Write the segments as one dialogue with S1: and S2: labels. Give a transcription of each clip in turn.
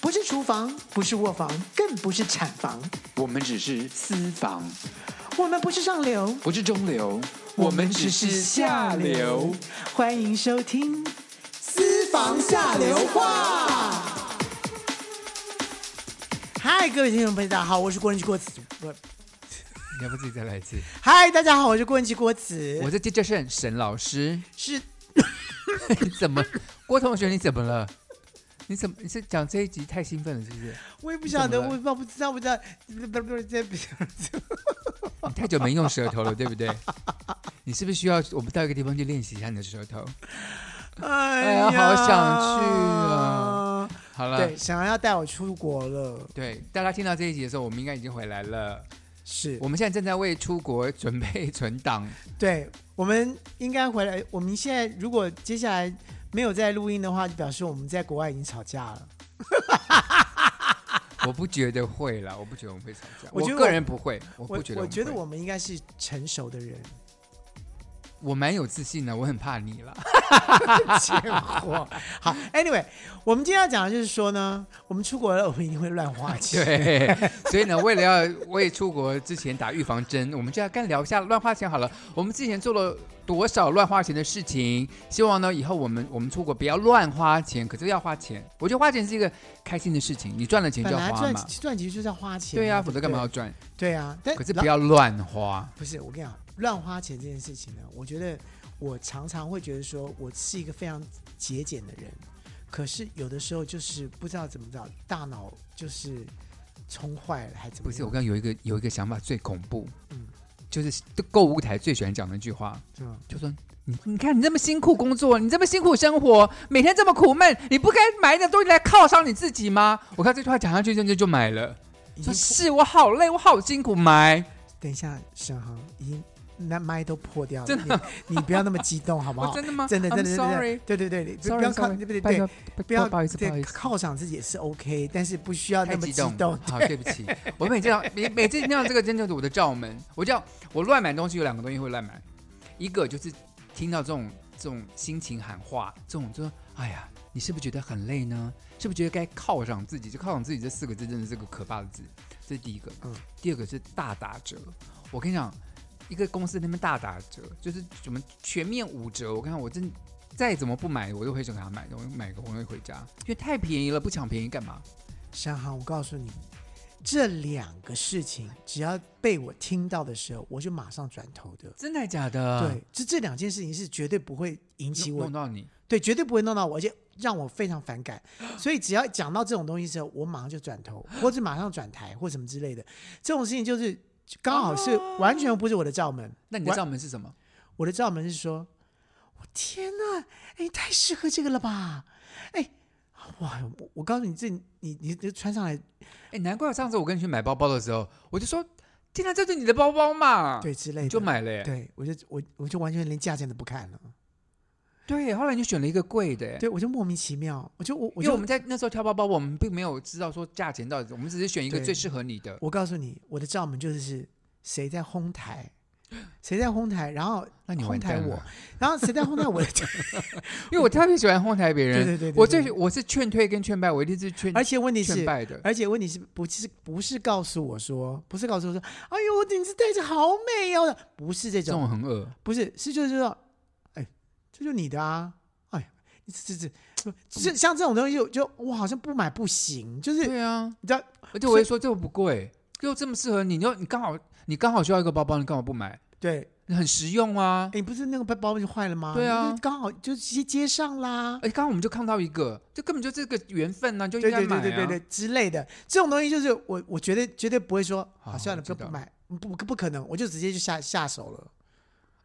S1: 不是厨房，不是卧房，更不是产房，
S2: 我们只是私房，
S1: 我们不是上流，
S2: 不是中流，我们只是下流。。
S1: 欢迎收听《私房下流话》。嗨，各位听众朋友，大家好，我是郭文琪郭子。不
S2: 你要不自己再来一次？
S1: 嗨，大家好，我是郭文琪郭子。
S2: 我这接着是沈老师，
S1: 是
S2: 你怎么？郭同学，你怎么了？你怎么？你是讲这一集太兴奋了，是不是？
S1: 我也不晓得，
S2: 你
S1: 我
S2: 怎
S1: 我不知道，不知道，不不不这不
S2: 你太久没用舌头了，对不 对？你是不是需要我们到一个地方去练习一下你的舌头？
S1: 哎
S2: 呀好想去啊！好了，
S1: 对，想要带我出国了，
S2: 对大家听到这一集的时候，我们应该已经回来了。
S1: 是
S2: 我们现在正在为出国准备存档，
S1: 对，我们应该回来。我们现在如果接下来没有在录音的话，就表示我们在国外已经吵架了。
S2: 我不觉得会啦，我不觉得我们会吵架，
S1: 我
S2: 我
S1: 觉得我
S2: 个人不会，我
S1: 我
S2: 哦不觉得
S1: 我
S2: 们
S1: 觉得
S2: 会
S1: 我们应该是成熟的人，
S2: 我蛮有自信的，我很怕你啦。
S1: 贱货。 好，Anyway，我们今天要讲的就是说呢，我们出国了，我们一定会乱花钱。
S2: 对，所以呢，为了要为出国之前打预防针，我们就要干聊一下乱花钱好了。我们之前做了多少乱花钱的事情？希望呢，以后我们我们出国不要乱花钱，可是要花钱。我觉得花钱是一个开心的事情，你赚了钱就
S1: 本
S2: 要
S1: 来
S2: 花
S1: 赚
S2: 嘛。
S1: 赚钱就是要花钱，
S2: 对呀、
S1: 呀、
S2: 否则干嘛要赚？
S1: 对呀、但
S2: 可是
S1: 老
S2: 不要乱花。
S1: 不是，我跟你讲，乱花钱这件事情呢，我觉得我常常会觉得说，我是一个非常节俭的人，可是有的时候就是不知道怎么着，大脑就是冲坏了，还怎么
S2: 不
S1: 样？
S2: 是，我刚刚有一个有一个想法最恐怖，
S1: 嗯
S2: 就是购物台最喜欢讲的一句话，
S1: 是吗
S2: 就说你你看你这么辛苦工作，你这么辛苦生活，每天这么苦闷，你不该买一点东西来犒赏你自己吗？我看这句话讲下去，真的就买了。
S1: 已经破
S2: 说是我好累，我好辛苦买，
S1: 等一下，沈航已经那麦都破掉了，真的你，你不要那么激动好不
S2: 我
S1: 好？
S2: 真的吗？
S1: 真的真的
S2: I'm
S1: 真的
S2: sorry，
S1: 对对对，你不
S2: sorry，
S1: 不要
S2: sorry，
S1: 靠，对不对？
S2: 拜
S1: 对
S2: 托，
S1: 不要
S2: 不好意思，不
S1: 对
S2: 好意思。
S1: 犒赏自己也是 OK，但是不需要那
S2: 太
S1: 么
S2: 激动，
S1: 动。
S2: 好，对不起，我每次每每次听到这个，真的是我的罩门。我叫我乱买东西有两个东西会乱买，一个就是听到这种这种心情喊话，这种就说哎呀，你是不是觉得很累呢？是不是觉得该犒赏自己？就犒赏自己这四个字真的是个可怕的字，这是第一个。
S1: 嗯
S2: 第二个是大打折，我跟你讲，一个公司那边大打折，就是什么全面五折，我看我真。再怎么不买，我都会想给他买，我买个我会回家，因为太便宜了，不抢便宜干嘛？
S1: 沈航，我告诉你，这两个事情只要被我听到的时候，我就马上转头的。
S2: 真的假的？
S1: 对，这这两件事情是绝对不会引起
S2: 弄
S1: 我
S2: 啊弄，到你，
S1: 对，绝对不会弄到我，而且让我非常反感。所以只要讲到这种东西的时候，我马上就转 头，或者马上转台，或什么之类的。这种事情就是刚好是完全不是我的罩门，
S2: 那你的
S1: 我
S2: 罩门是什么？
S1: 我的罩门是说，我天哪，哎，太适合这个了吧，哎。哇！我我告诉你，这你你你穿上来
S2: 哎，难怪上次我跟你去买包包的时候，我就说，天哪，这是你的包包嘛？，
S1: 对之类的，
S2: 啊就买了耶。
S1: 对，我就我我就完全连价钱都不看了，
S2: 对，后来你就选了一个贵的耶。
S1: 对我就莫名其妙，我就我我
S2: 因为
S1: 就
S2: 我们在那时候挑包包，我们并没有知道说价钱到底，我们只是选一个
S1: 对
S2: 最适合你的。
S1: 我告诉你，我的罩门就是谁在哄抬，谁在哄抬，然后
S2: 那你
S1: 哄
S2: 完
S1: 抬
S2: 蛋
S1: 我
S2: 了，，
S1: 然后谁在哄抬我的，
S2: 因为我特别喜欢哄 抬别
S1: 对
S2: 人。
S1: 对对对，
S2: 我
S1: 对
S2: 最我是劝退跟劝败，我一定是劝
S1: 而且问题
S2: 劝
S1: 是。
S2: 败的。
S1: 而且问题是不是不是告诉我说，不是告诉我说，哎呦，我顶子戴着好美哦，不是这
S2: 这
S1: 种，
S2: 种很恶，
S1: 不是是就是说，哎，这就你的啊，哎，这这这这像这种东西就，就我好像不买不行，就是
S2: 对啊，
S1: 你知道，
S2: 而且我会说这个不贵，又这么适合你，你又你刚好你刚好需要一个包包，你干嘛不买？
S1: 对，
S2: 很实用啊。
S1: 哎，不是那个包包就坏了吗？
S2: 对啊
S1: 就刚好就直接接上啦。
S2: 哎，刚刚我们就看到一个，这根本就这个缘分呐、就应
S1: 对
S2: 该
S1: 对
S2: 买、
S1: 对
S2: 啊。
S1: 对对对之类的，这种东西就是我我绝对绝对不会说，
S2: 好
S1: 啊算了
S2: 我
S1: 不
S2: 知道
S1: 不买，不不可能，我就直接就下下手了。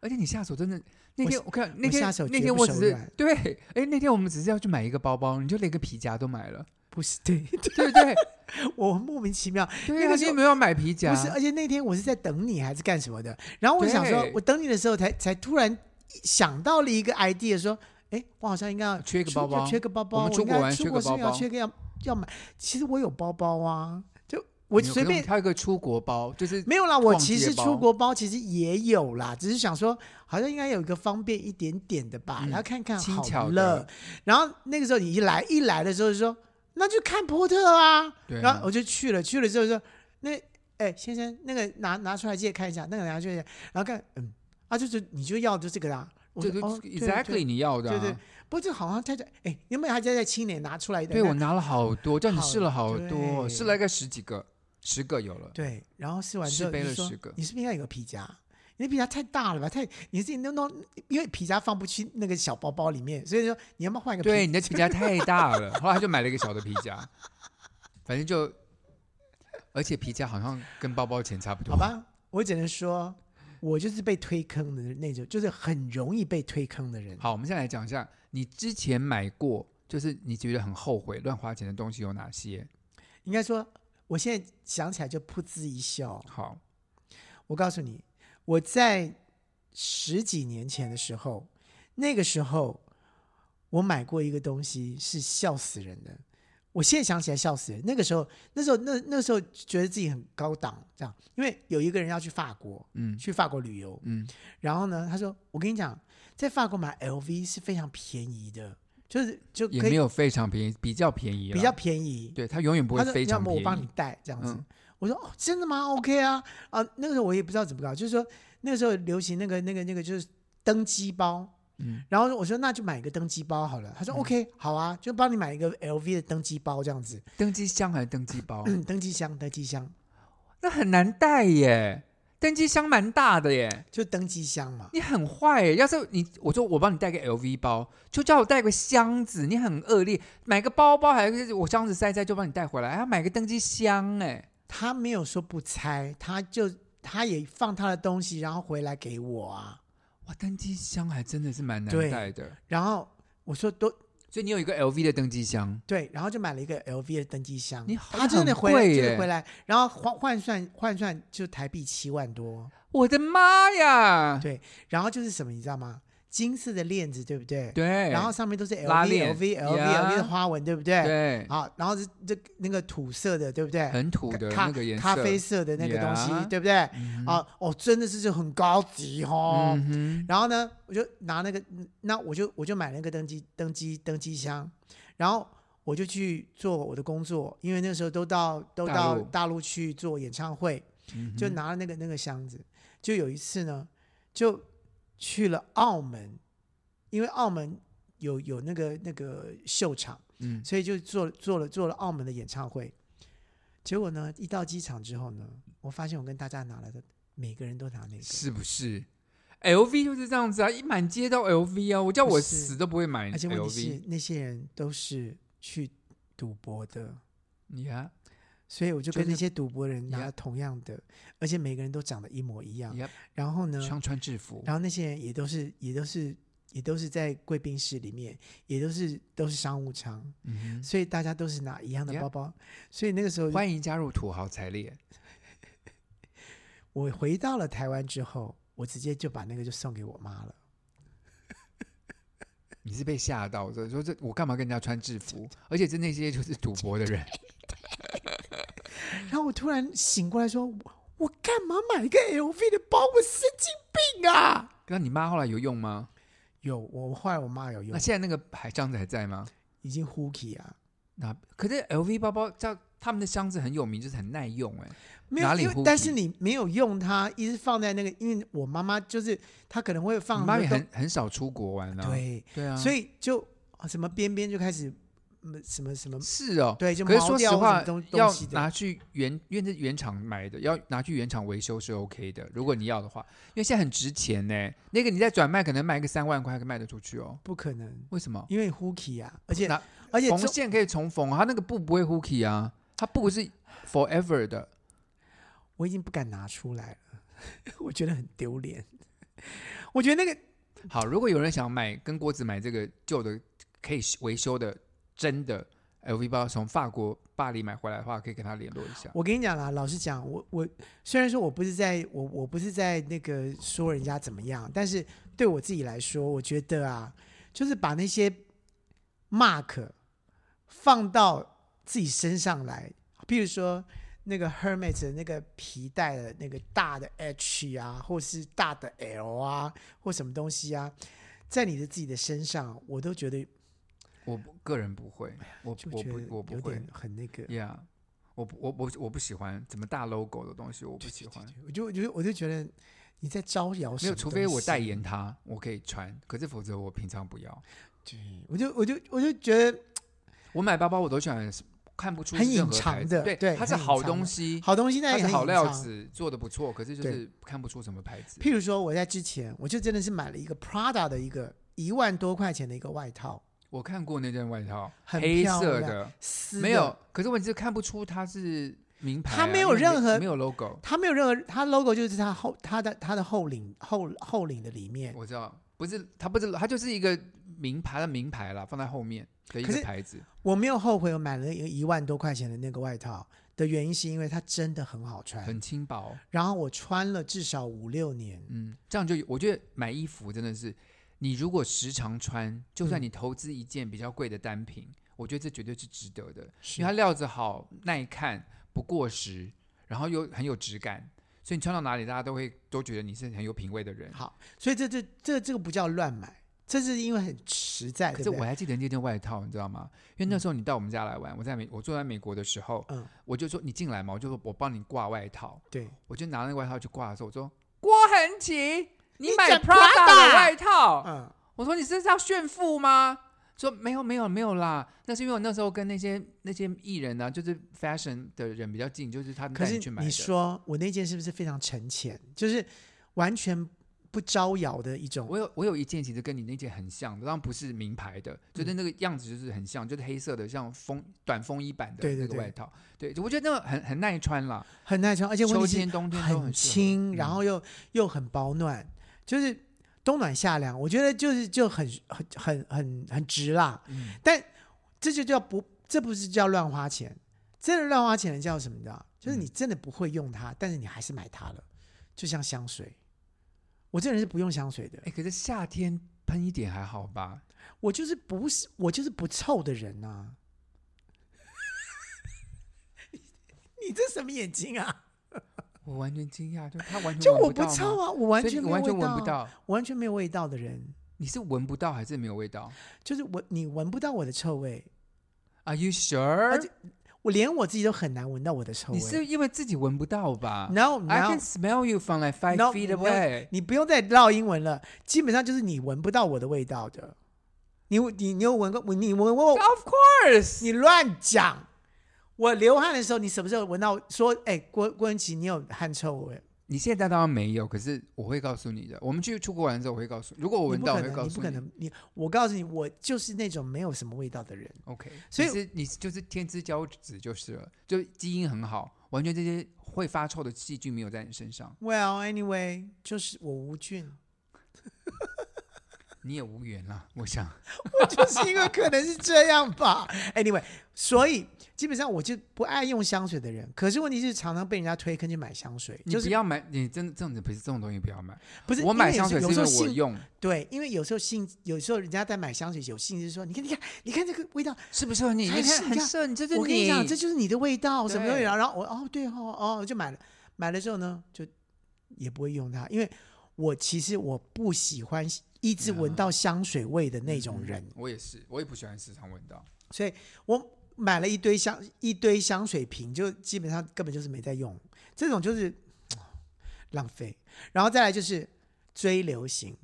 S2: 而且你下手真的，那
S1: 我
S2: 天我看那天
S1: 下手
S2: 那
S1: 绝
S2: 天
S1: 不
S2: 我只
S1: 手
S2: 是
S1: 软
S2: 对，哎，那天我们只是要去买一个包包，你就连个皮夹都买了，
S1: 不是对，
S2: 对不对？
S1: 我莫名其妙，
S2: 对
S1: 那
S2: 啊，
S1: 个
S2: 你
S1: 时候
S2: 有没有买皮夹？
S1: 不是，而且那天我是在等你还是干什么的，然后我想说
S2: 对，
S1: 我等你的时候才才突然想到了一个 idea，说，哎，我好像应该要
S2: 缺一个包包
S1: 缺个包包，
S2: 我
S1: 我
S2: 们出
S1: 应
S2: 国玩
S1: 该出
S2: 缺
S1: 国
S2: 个
S1: 是不
S2: 包
S1: 是要
S2: 包
S1: 缺个要要买？其实我有包包啊，就我
S2: 没有
S1: 随
S2: 可是们
S1: 便
S2: 挑一个出国包，就是
S1: 没有啦，我
S2: 逛
S1: 其
S2: 街
S1: 实
S2: 包
S1: 出国包其实也有啦，只是想说好像应该有一个方便一点点的吧，
S2: 嗯
S1: 然后看看
S2: 轻
S1: 好
S2: 巧的
S1: 了。然后那个时候你一来一来的时候就说那就看波特啊。
S2: 对啊
S1: 然后我就去了，去了之后说，那哎先生，那个拿拿出来借看一下，那个拿出来借，然后看，嗯，啊就是你就要就这个啦。我
S2: 这
S1: 说
S2: 个
S1: 哦对对
S2: exactly 你要的啊，
S1: 对对不过这个好像太太，哎，原本还在在青年拿出来的，
S2: 对
S1: 那
S2: 我拿了好多，叫你
S1: 好
S2: 试了好多，
S1: 对
S2: 试了大概十几个，十个有了。
S1: 对，然后试完之
S2: 试
S1: 后
S2: 背
S1: 就
S2: 了
S1: 说
S2: 十个
S1: 你是不是应该有个皮夹？你的皮夹太大了吧？太你自己弄弄，因为皮夹放不去那个小包包里面，所以说你要不要换一个
S2: 对，
S1: 皮？
S2: 你的皮夹太大了， 后来他就买了一个小的皮夹，反正就，而且皮夹好像跟包包钱差不多。
S1: 好，吧，我只能说，我就是被推坑的那种，就是很容易被推坑的人。
S2: 好，我们现在来讲一下，你之前买过，就是你觉得很后悔乱花钱的东西有哪些？
S1: 应该说，我现在想起来就噗嗤一笑。
S2: 好，
S1: 我告诉你，我在十几年前的时候，那个时候我买过一个东西是笑死人的。我现在想起来笑死人。那个时候，那时候那那时候觉得自己很高档，这样，因为有一个人要去法国，
S2: 嗯
S1: 去法国旅游，
S2: 嗯，
S1: 然后呢，他说：“我跟你讲，在法国买 LV 是非常便宜的，就是就
S2: 也
S1: 可
S2: 没
S1: 以
S2: 有非常便宜，比较便宜啦，
S1: 比较便宜。”
S2: 对，它永远不
S1: 他
S2: 会
S1: 说
S2: 非
S1: 要
S2: 常
S1: 么
S2: 便
S1: 我
S2: 宜。
S1: 帮你带这样子。
S2: 嗯
S1: 我说哦，真的吗？OK 啊啊！那个时候我也不知道怎么搞，就是说那个时候流行那个那个那个就是登机包，
S2: 嗯，
S1: 然后我说那就买一个登机包好了。他说、
S2: 嗯
S1: OK 好啊，就帮你买一个 LV 的登机包这样子，
S2: 登机箱还是登机包？
S1: 嗯， 登机箱登机箱
S2: 那很难带耶，登机箱蛮大的耶。
S1: 就登机箱嘛。
S2: 你很坏耶！要是你，我说我帮你带个 LV 包，就叫我带个箱子，你很恶劣。买个包包还我箱子塞一塞就帮你带回来，还要买个登机箱哎。
S1: 他没有说不拆，他就他也放他的东西，然后回来给我啊。
S2: 哇，登机箱还真的是蛮难
S1: 对
S2: 带的。
S1: 然后我说都
S2: 所以你有一个 LV 的登机箱，
S1: 对，然后就买了一个 LV 的登机箱
S2: 你，好
S1: 他真的
S2: 很
S1: 回来，
S2: 贵
S1: 真的
S2: 耶
S1: 回来，然后换换算换算就台币七万多，
S2: 我的妈呀！
S1: 对然后就是什么你知道吗？金色的链子对不对？
S2: 对，
S1: 然后上面都是 LV
S2: 拉链
S1: LV LV
S2: yeah
S1: LV 的花纹对不对？
S2: 对，
S1: 好，然后是这那个土色的对不对？
S2: 很土的
S1: 咖
S2: 那个颜色，嗯
S1: 咖啡色的那个东西
S2: yeah
S1: 对不对？
S2: 嗯哼，
S1: 啊哦，真的是就很高级哦。
S2: 嗯哼，
S1: 然后呢，我就拿那个，那我就我就买那个登机登机登机箱，然后我就去做我的工作，因为那时候都到都
S2: 大
S1: 到
S2: 陆
S1: 大陆去做演唱会，
S2: 嗯哼
S1: 就拿了那个那个箱子。就有一次呢，就去了澳门，因为澳门有有那个那个秀场，
S2: 嗯
S1: 所以就做做了做了澳门的演唱会。结果呢，一到机场之后呢，我发现我跟大家拿了的，每个人都拿那个，
S2: 是不是？LV 就是这样子啊，一满街都 LV 啊，我叫我
S1: 不是
S2: 死都不会买
S1: 而且问题
S2: LV。
S1: 是，那些人都是去赌博的，
S2: 你啊，
S1: 所以我就
S2: 就
S1: 跟那
S2: 是
S1: 些赌博人拿
S2: Yeah
S1: 了同样的，而且每个人都长得一模一样。
S2: Yep
S1: 然后呢，
S2: 像穿制服，
S1: 呃然后那些人也都是也都是也都是在贵宾室里面，也都是都是商务舱，
S2: 嗯
S1: 所以大家都是拿一样的
S2: Yeah
S1: 包包。所以那个时候
S2: 哼，，欢迎加入土豪才列。
S1: 我回到了台湾之后，我直接就把那个就送给我妈了。
S2: 你是被吓到的，说这我干嘛跟人家穿制服？而且是那些就是赌博的人，
S1: 然后我突然醒过来说，我我干嘛买一个 LV 的包？我神经病啊！
S2: 那你妈后来有用吗？
S1: 有我后来我妈有用
S2: 那，现在那个还箱子还在吗？
S1: 已经 h o o k y 啊，
S2: 那可是 LV 包包叫他们的箱子很有名，就是很耐用哎、
S1: 没有
S2: 哪里
S1: 因为
S2: hooky？
S1: 但是你没有用它，一直放在那个，因为我妈妈就是她可能会放
S2: 你妈也
S1: 多
S2: 很很少出国玩啊。
S1: 东对，
S2: 对啊，
S1: 所
S2: 以
S1: 以就啊什么边边就开始嗯什么什么，
S2: 是哦。
S1: 对，就
S2: 可是
S1: 毛
S2: 说实
S1: 掉或
S2: 话
S1: 什么东，
S2: 要
S1: 东西的，
S2: 拿去原，因为这是原厂买的，要拿去原厂维修是 OK 的。如果你要的话，因为现在很值钱呢、那个你再转卖，可能卖个三万块，还可以卖得出去哦。
S1: 不可能，
S2: 为什么？
S1: 因为 h o o k y 啊，而且
S2: 拿
S1: 而且
S2: 缝
S1: 这
S2: 线可以重缝啊，它那个布不会 hooky 啊，它布是 forever 的。
S1: 我已经不敢拿出来了， 我觉得很丢脸。 我觉得那个
S2: 好，如果有人想买跟郭子买这个旧的可以维修的真的 LV 包，从法国巴黎买回来的话，可以跟他联络一下。
S1: 我跟你讲啦，老实讲，我我虽然说我不是在我我不是在那个说人家怎么样，但是对我自己来说，我觉得啊，就是把那些 mark 放到自己身上来，比如说那个 Hermes 的那个皮带的那个大的 H 啊，或是大的 L 啊，或什么东西啊，在你的自己的身上，我都觉得
S2: 我不个人不会，我
S1: 哎就
S2: 我
S1: 觉
S2: 不
S1: 得
S2: 我不
S1: 有
S2: 会
S1: 点很那个。
S2: ，Yeah，我不我我我不喜欢怎么大 logo 的东西，我不
S1: 对
S2: 喜欢。
S1: 我就我就我就觉得你在招摇什
S2: 没有，
S1: 么
S2: 除非我
S1: 东西
S2: 代言它，我可以穿。可是否则我平常不要。
S1: 对，我就我就我就觉得
S2: 我买包包我都喜欢看不出
S1: 很
S2: 是任
S1: 隐
S2: 何
S1: 藏
S2: 牌子
S1: 的
S2: 对，
S1: 对
S2: 它是
S1: 很隐
S2: 好
S1: 藏
S2: 东
S1: 的
S2: 西，
S1: 好东西那
S2: 它
S1: 也
S2: 是
S1: 很
S2: 好
S1: 隐
S2: 料
S1: 藏
S2: 子，做的不错，可是就
S1: 对
S2: 是看不出什么牌子。
S1: 譬如说，我在之前我就真的是买了一个 Prada 的一个一万多块钱的一个外套，
S2: 我看过那件外套，
S1: 很
S2: 黑
S1: 漂
S2: 色
S1: 亮
S2: 的，
S1: 丝
S2: 没
S1: 的
S2: 有，，可是问题是看不出它是名牌
S1: 它
S2: 啊、
S1: 没有
S2: 因为
S1: 任何
S2: 没有 logo。
S1: 它没有任何，它 logo 就是它后它的它的后领后后领的里面，
S2: 我知道，不是它不是它就是一个名牌的名牌啦，放在后面的一
S1: 可
S2: 个
S1: 是
S2: 牌子。
S1: 我没有后悔我买了一个一万多块钱的那个外套的原因是因为它真的很好穿，
S2: 很轻薄，
S1: 然后我穿了至少五六年，
S2: 嗯，这样就有我觉得买衣服真的是，你如果时常穿，就算
S1: 嗯
S2: 你投资一件比较贵的单品，我觉得这绝对是值得的，
S1: 是
S2: 因为它料子好、耐看、不过时，然后又很有质感，所以你穿到哪里，大家都会都觉得你是很有品味的人。
S1: 好，所以这这这这个不叫乱买，这是因为很实在，
S2: 可
S1: 对
S2: 是
S1: 不
S2: 我
S1: 对？
S2: 还记得那件外套，你知道吗？因为那时候你到我们家来玩，我在美，我住在美国的时候，
S1: 嗯
S2: 我就说你进来嘛，我就说我帮你挂外套，
S1: 对，
S2: 我就拿那个外套去挂的时候，我说郭恒奇，你
S1: 你
S2: 买
S1: 讲
S2: Prada
S1: Prada
S2: 的外套，
S1: 嗯，
S2: 我说你这是要炫富吗？说没有没有没有啦，那是因为我那时候跟那些那些艺人呢、啊，就是 fashion 的人比较近，就是他们
S1: 可
S2: 带
S1: 是
S2: 你去买的。
S1: 你说我那件是不是非常沉潜，就是完全不招摇的一种？
S2: 我有我有一件其实跟你那件很像的，当然不是名牌的，
S1: 嗯
S2: 就是那个样子就是很像，就是黑色的，像风短风衣版的
S1: 对对
S2: 那个
S1: 对
S2: 外套。对我觉得那个很很耐穿啦，
S1: 很耐穿，而且问
S2: 秋
S1: 题是
S2: 天冬天都
S1: 很
S2: 适合
S1: 轻，然
S2: 嗯
S1: 后又又很保暖，就是冬暖夏凉。我觉得就是就很很很很很值啦。
S2: 嗯
S1: 但这就叫不，这不是叫乱花钱，真的乱花钱的叫什么？你知道？
S2: 嗯
S1: 就是你真的不会用它，但是你还是买它了，就像香水。我这人是不用香水的
S2: 哎、，可是夏天喷一点还好吧？
S1: 我就是不是我就是不臭的人呐、 你这什么眼睛 啊？
S2: 我完全惊讶，就他完全
S1: 就
S2: 闻
S1: 我
S2: 不到
S1: 臭
S2: 吗，
S1: 啊，我完
S2: 所以
S1: 全
S2: 你
S1: 没有
S2: 完全
S1: 味
S2: 闻不
S1: 道，啊
S2: 到。
S1: 我完全没有味道的人。
S2: 你是闻不到还是没有味道
S1: 就是我你闻不到我的臭味，
S2: ？Are you sure？
S1: 而且我连我自己都很难闻到我的臭味。
S2: 你是因为自己闻不到吧
S1: no
S2: ？I
S1: no，
S2: can smell you from like five
S1: No,
S2: feet
S1: no.
S2: away。
S1: 你不用再绕英文了，基本上就是你闻不到我的味道的。你你你有闻过？你闻过？
S2: Of course，
S1: 你乱讲！我流汗的时候，你什么时候闻到？说，哎、郭郭文琪，你有汗臭味？
S2: 你现在当然没有，可是我会告诉你的。我们去出国玩之后，我会告诉你。如果我闻到，我
S1: 你不
S2: 会
S1: 可能，
S2: 告
S1: 你不
S2: 诉
S1: 可
S2: 你。
S1: 能，你我告诉你，我就是那种没有什么味道的人。
S2: OK，
S1: 所以
S2: 你是你就是天之骄子就是了，就基因很好，完全这些会发臭的细菌没有在你身上，
S1: Well, anyway，就是我无菌，
S2: 你也无缘啦。我想，
S1: 就是因为可能是这样吧。Anyway，所以基本上我就不爱用香水的人，可是问题是常常被人家推坑去买香水，
S2: 你
S1: 就
S2: 不
S1: 是
S2: 要买，你真的这种不是这种东西不要买。
S1: 不是
S2: 我买
S1: 因为
S2: 香水是
S1: 有
S2: 因
S1: 时候
S2: 为
S1: 有时候
S2: 我
S1: 兴
S2: 用，
S1: 对，因为有时候兴有时候人家在买香水有兴致说，你看你看你看这个味道，
S2: 是不是你？
S1: 才
S2: 你
S1: 是
S2: 看很
S1: 你看
S2: 适合你，这就是
S1: 我跟你讲
S2: 你
S1: 这就是你的味道什么东西，
S2: 对
S1: 然后然后我哦对哦哦我就买了，买了之后呢就也不会用它，因为我其实我不喜欢一直闻到香水味的那种人，
S2: 我也是，我也不喜欢时常闻到。
S1: 所以我买了一堆香一堆香水瓶，就基本上根本就是没在用，这种就是嗯浪费。然后再来就是追流行，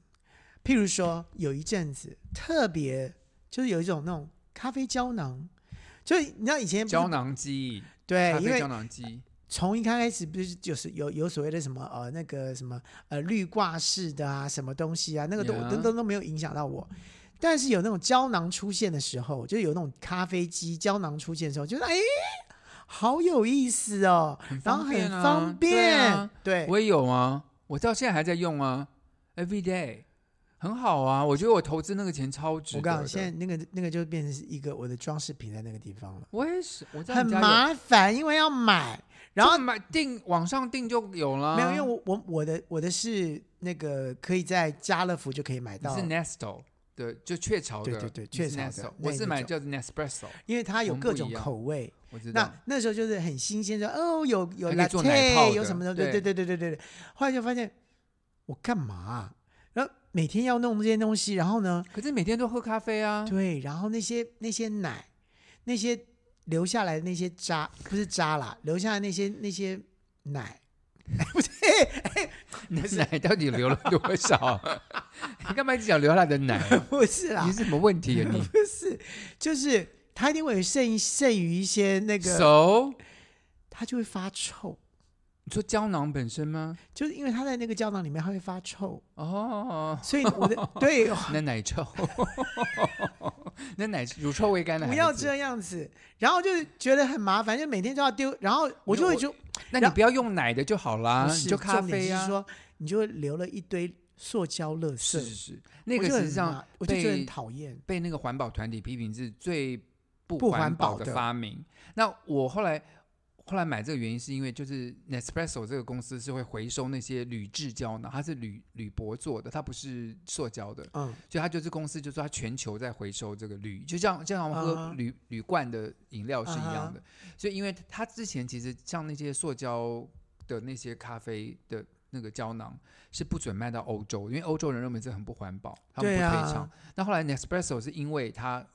S1: 譬如说有一阵子特别就是有一种那种咖啡胶囊，就是你知道以前不是
S2: 胶囊机，
S1: 对
S2: 咖，
S1: 因
S2: 啡
S1: 为
S2: 胶囊机，
S1: 从一开始不是就是有有所谓的什么呃那个什么呃绿挂式的啊什么东西啊，那个都
S2: Yeah
S1: 都都都没有影响到我。但是有那种胶囊出现的时候，就有那种咖啡机胶囊出现的时候，觉得哎，好有意思哦，
S2: 很
S1: 然后
S2: 方
S1: 很
S2: 便啊，
S1: 方
S2: 对
S1: 便，
S2: 啊
S1: 对
S2: 我也有啊，我到现在还在用啊，every day，很好啊，我觉得我投资那个钱超值
S1: 我
S2: 得
S1: 告诉
S2: 的。
S1: 你，现在那个那个就变成是一个我的装饰品在那个地方了，
S2: 我也是，我在
S1: 很
S2: 你家有，
S1: 麻烦，因为要买，然后
S2: 就买订网上订就有了，
S1: 没有，因为我我我的我的是那个可以在家乐福就可以买
S2: 你
S1: 到
S2: 是，Nestle 的，就雀巢的，
S1: 对对对雀
S2: 你是
S1: 巢的
S2: Nestle，
S1: 那
S2: 我是买
S1: 那
S2: 叫 Nespresso，
S1: 因为它有
S2: 我们
S1: 各
S2: 不一
S1: 种
S2: 样
S1: 口味，
S2: 我知道
S1: 那。那时候就是很新鲜，说哦，有有
S2: 还可以做奶泡
S1: latte，
S2: 的
S1: 有什么的，对
S2: 对
S1: 对对对对对。后来就发现我干嘛啊、然后每天要弄这些东西，然后呢，
S2: 可是每天都喝咖啡啊，
S1: 对，然后那些那些奶，那些留下来的那些渣，不是渣啦，留下来那些那些奶，
S2: 你的奶到底流了多少？ 你干嘛一直想流他的奶 啊？
S1: 不是啦
S2: 你，是什么问题啊？你
S1: 不是，就是它一定会有剩剩余一些 那个，
S2: 手？
S1: 它就会发臭，
S2: 你说胶囊本身吗？
S1: 就是因为它在那个胶囊里面，它会发臭，
S2: 哦，
S1: 所以 我的对，
S2: 那奶臭， 那奶乳臭未干的。
S1: 不要，这样子，然后就是觉得很麻烦，就每天都要丢，然后我就会就
S2: 那你不要用奶的就好啦，
S1: 不
S2: 你
S1: 是
S2: 就咖
S1: 重点
S2: 啡
S1: 是
S2: 啊。
S1: 说你就留了一堆塑胶垃圾
S2: 是，是是，那
S1: 我
S2: 个
S1: 就
S2: 实
S1: 很
S2: 际上
S1: 麻我就觉得很
S2: 被
S1: 讨厌。
S2: 被那个环保团体批评是最不
S1: 不
S2: 环
S1: 环保
S2: 的
S1: 的
S2: 发明。那我后来后来买这个原因是因为就是 Nespresso 这个公司是会回收那些铝制胶囊，它是铝铝箔做的，它不是塑胶的，
S1: 嗯，
S2: 所以它就是公司就说它全球在回收这个铝，就像就像我们
S1: 啊
S2: 喝
S1: 哈
S2: 铝铝罐的饮料是一样
S1: 啊
S2: 的。所以因为它之前其实像那些塑胶的那些咖啡的。那个胶囊是不准卖到欧洲，因为欧洲人认为这很不环保，他们不
S1: 对
S2: 推
S1: 啊
S2: 倡。那后来 Nespresso 是因为它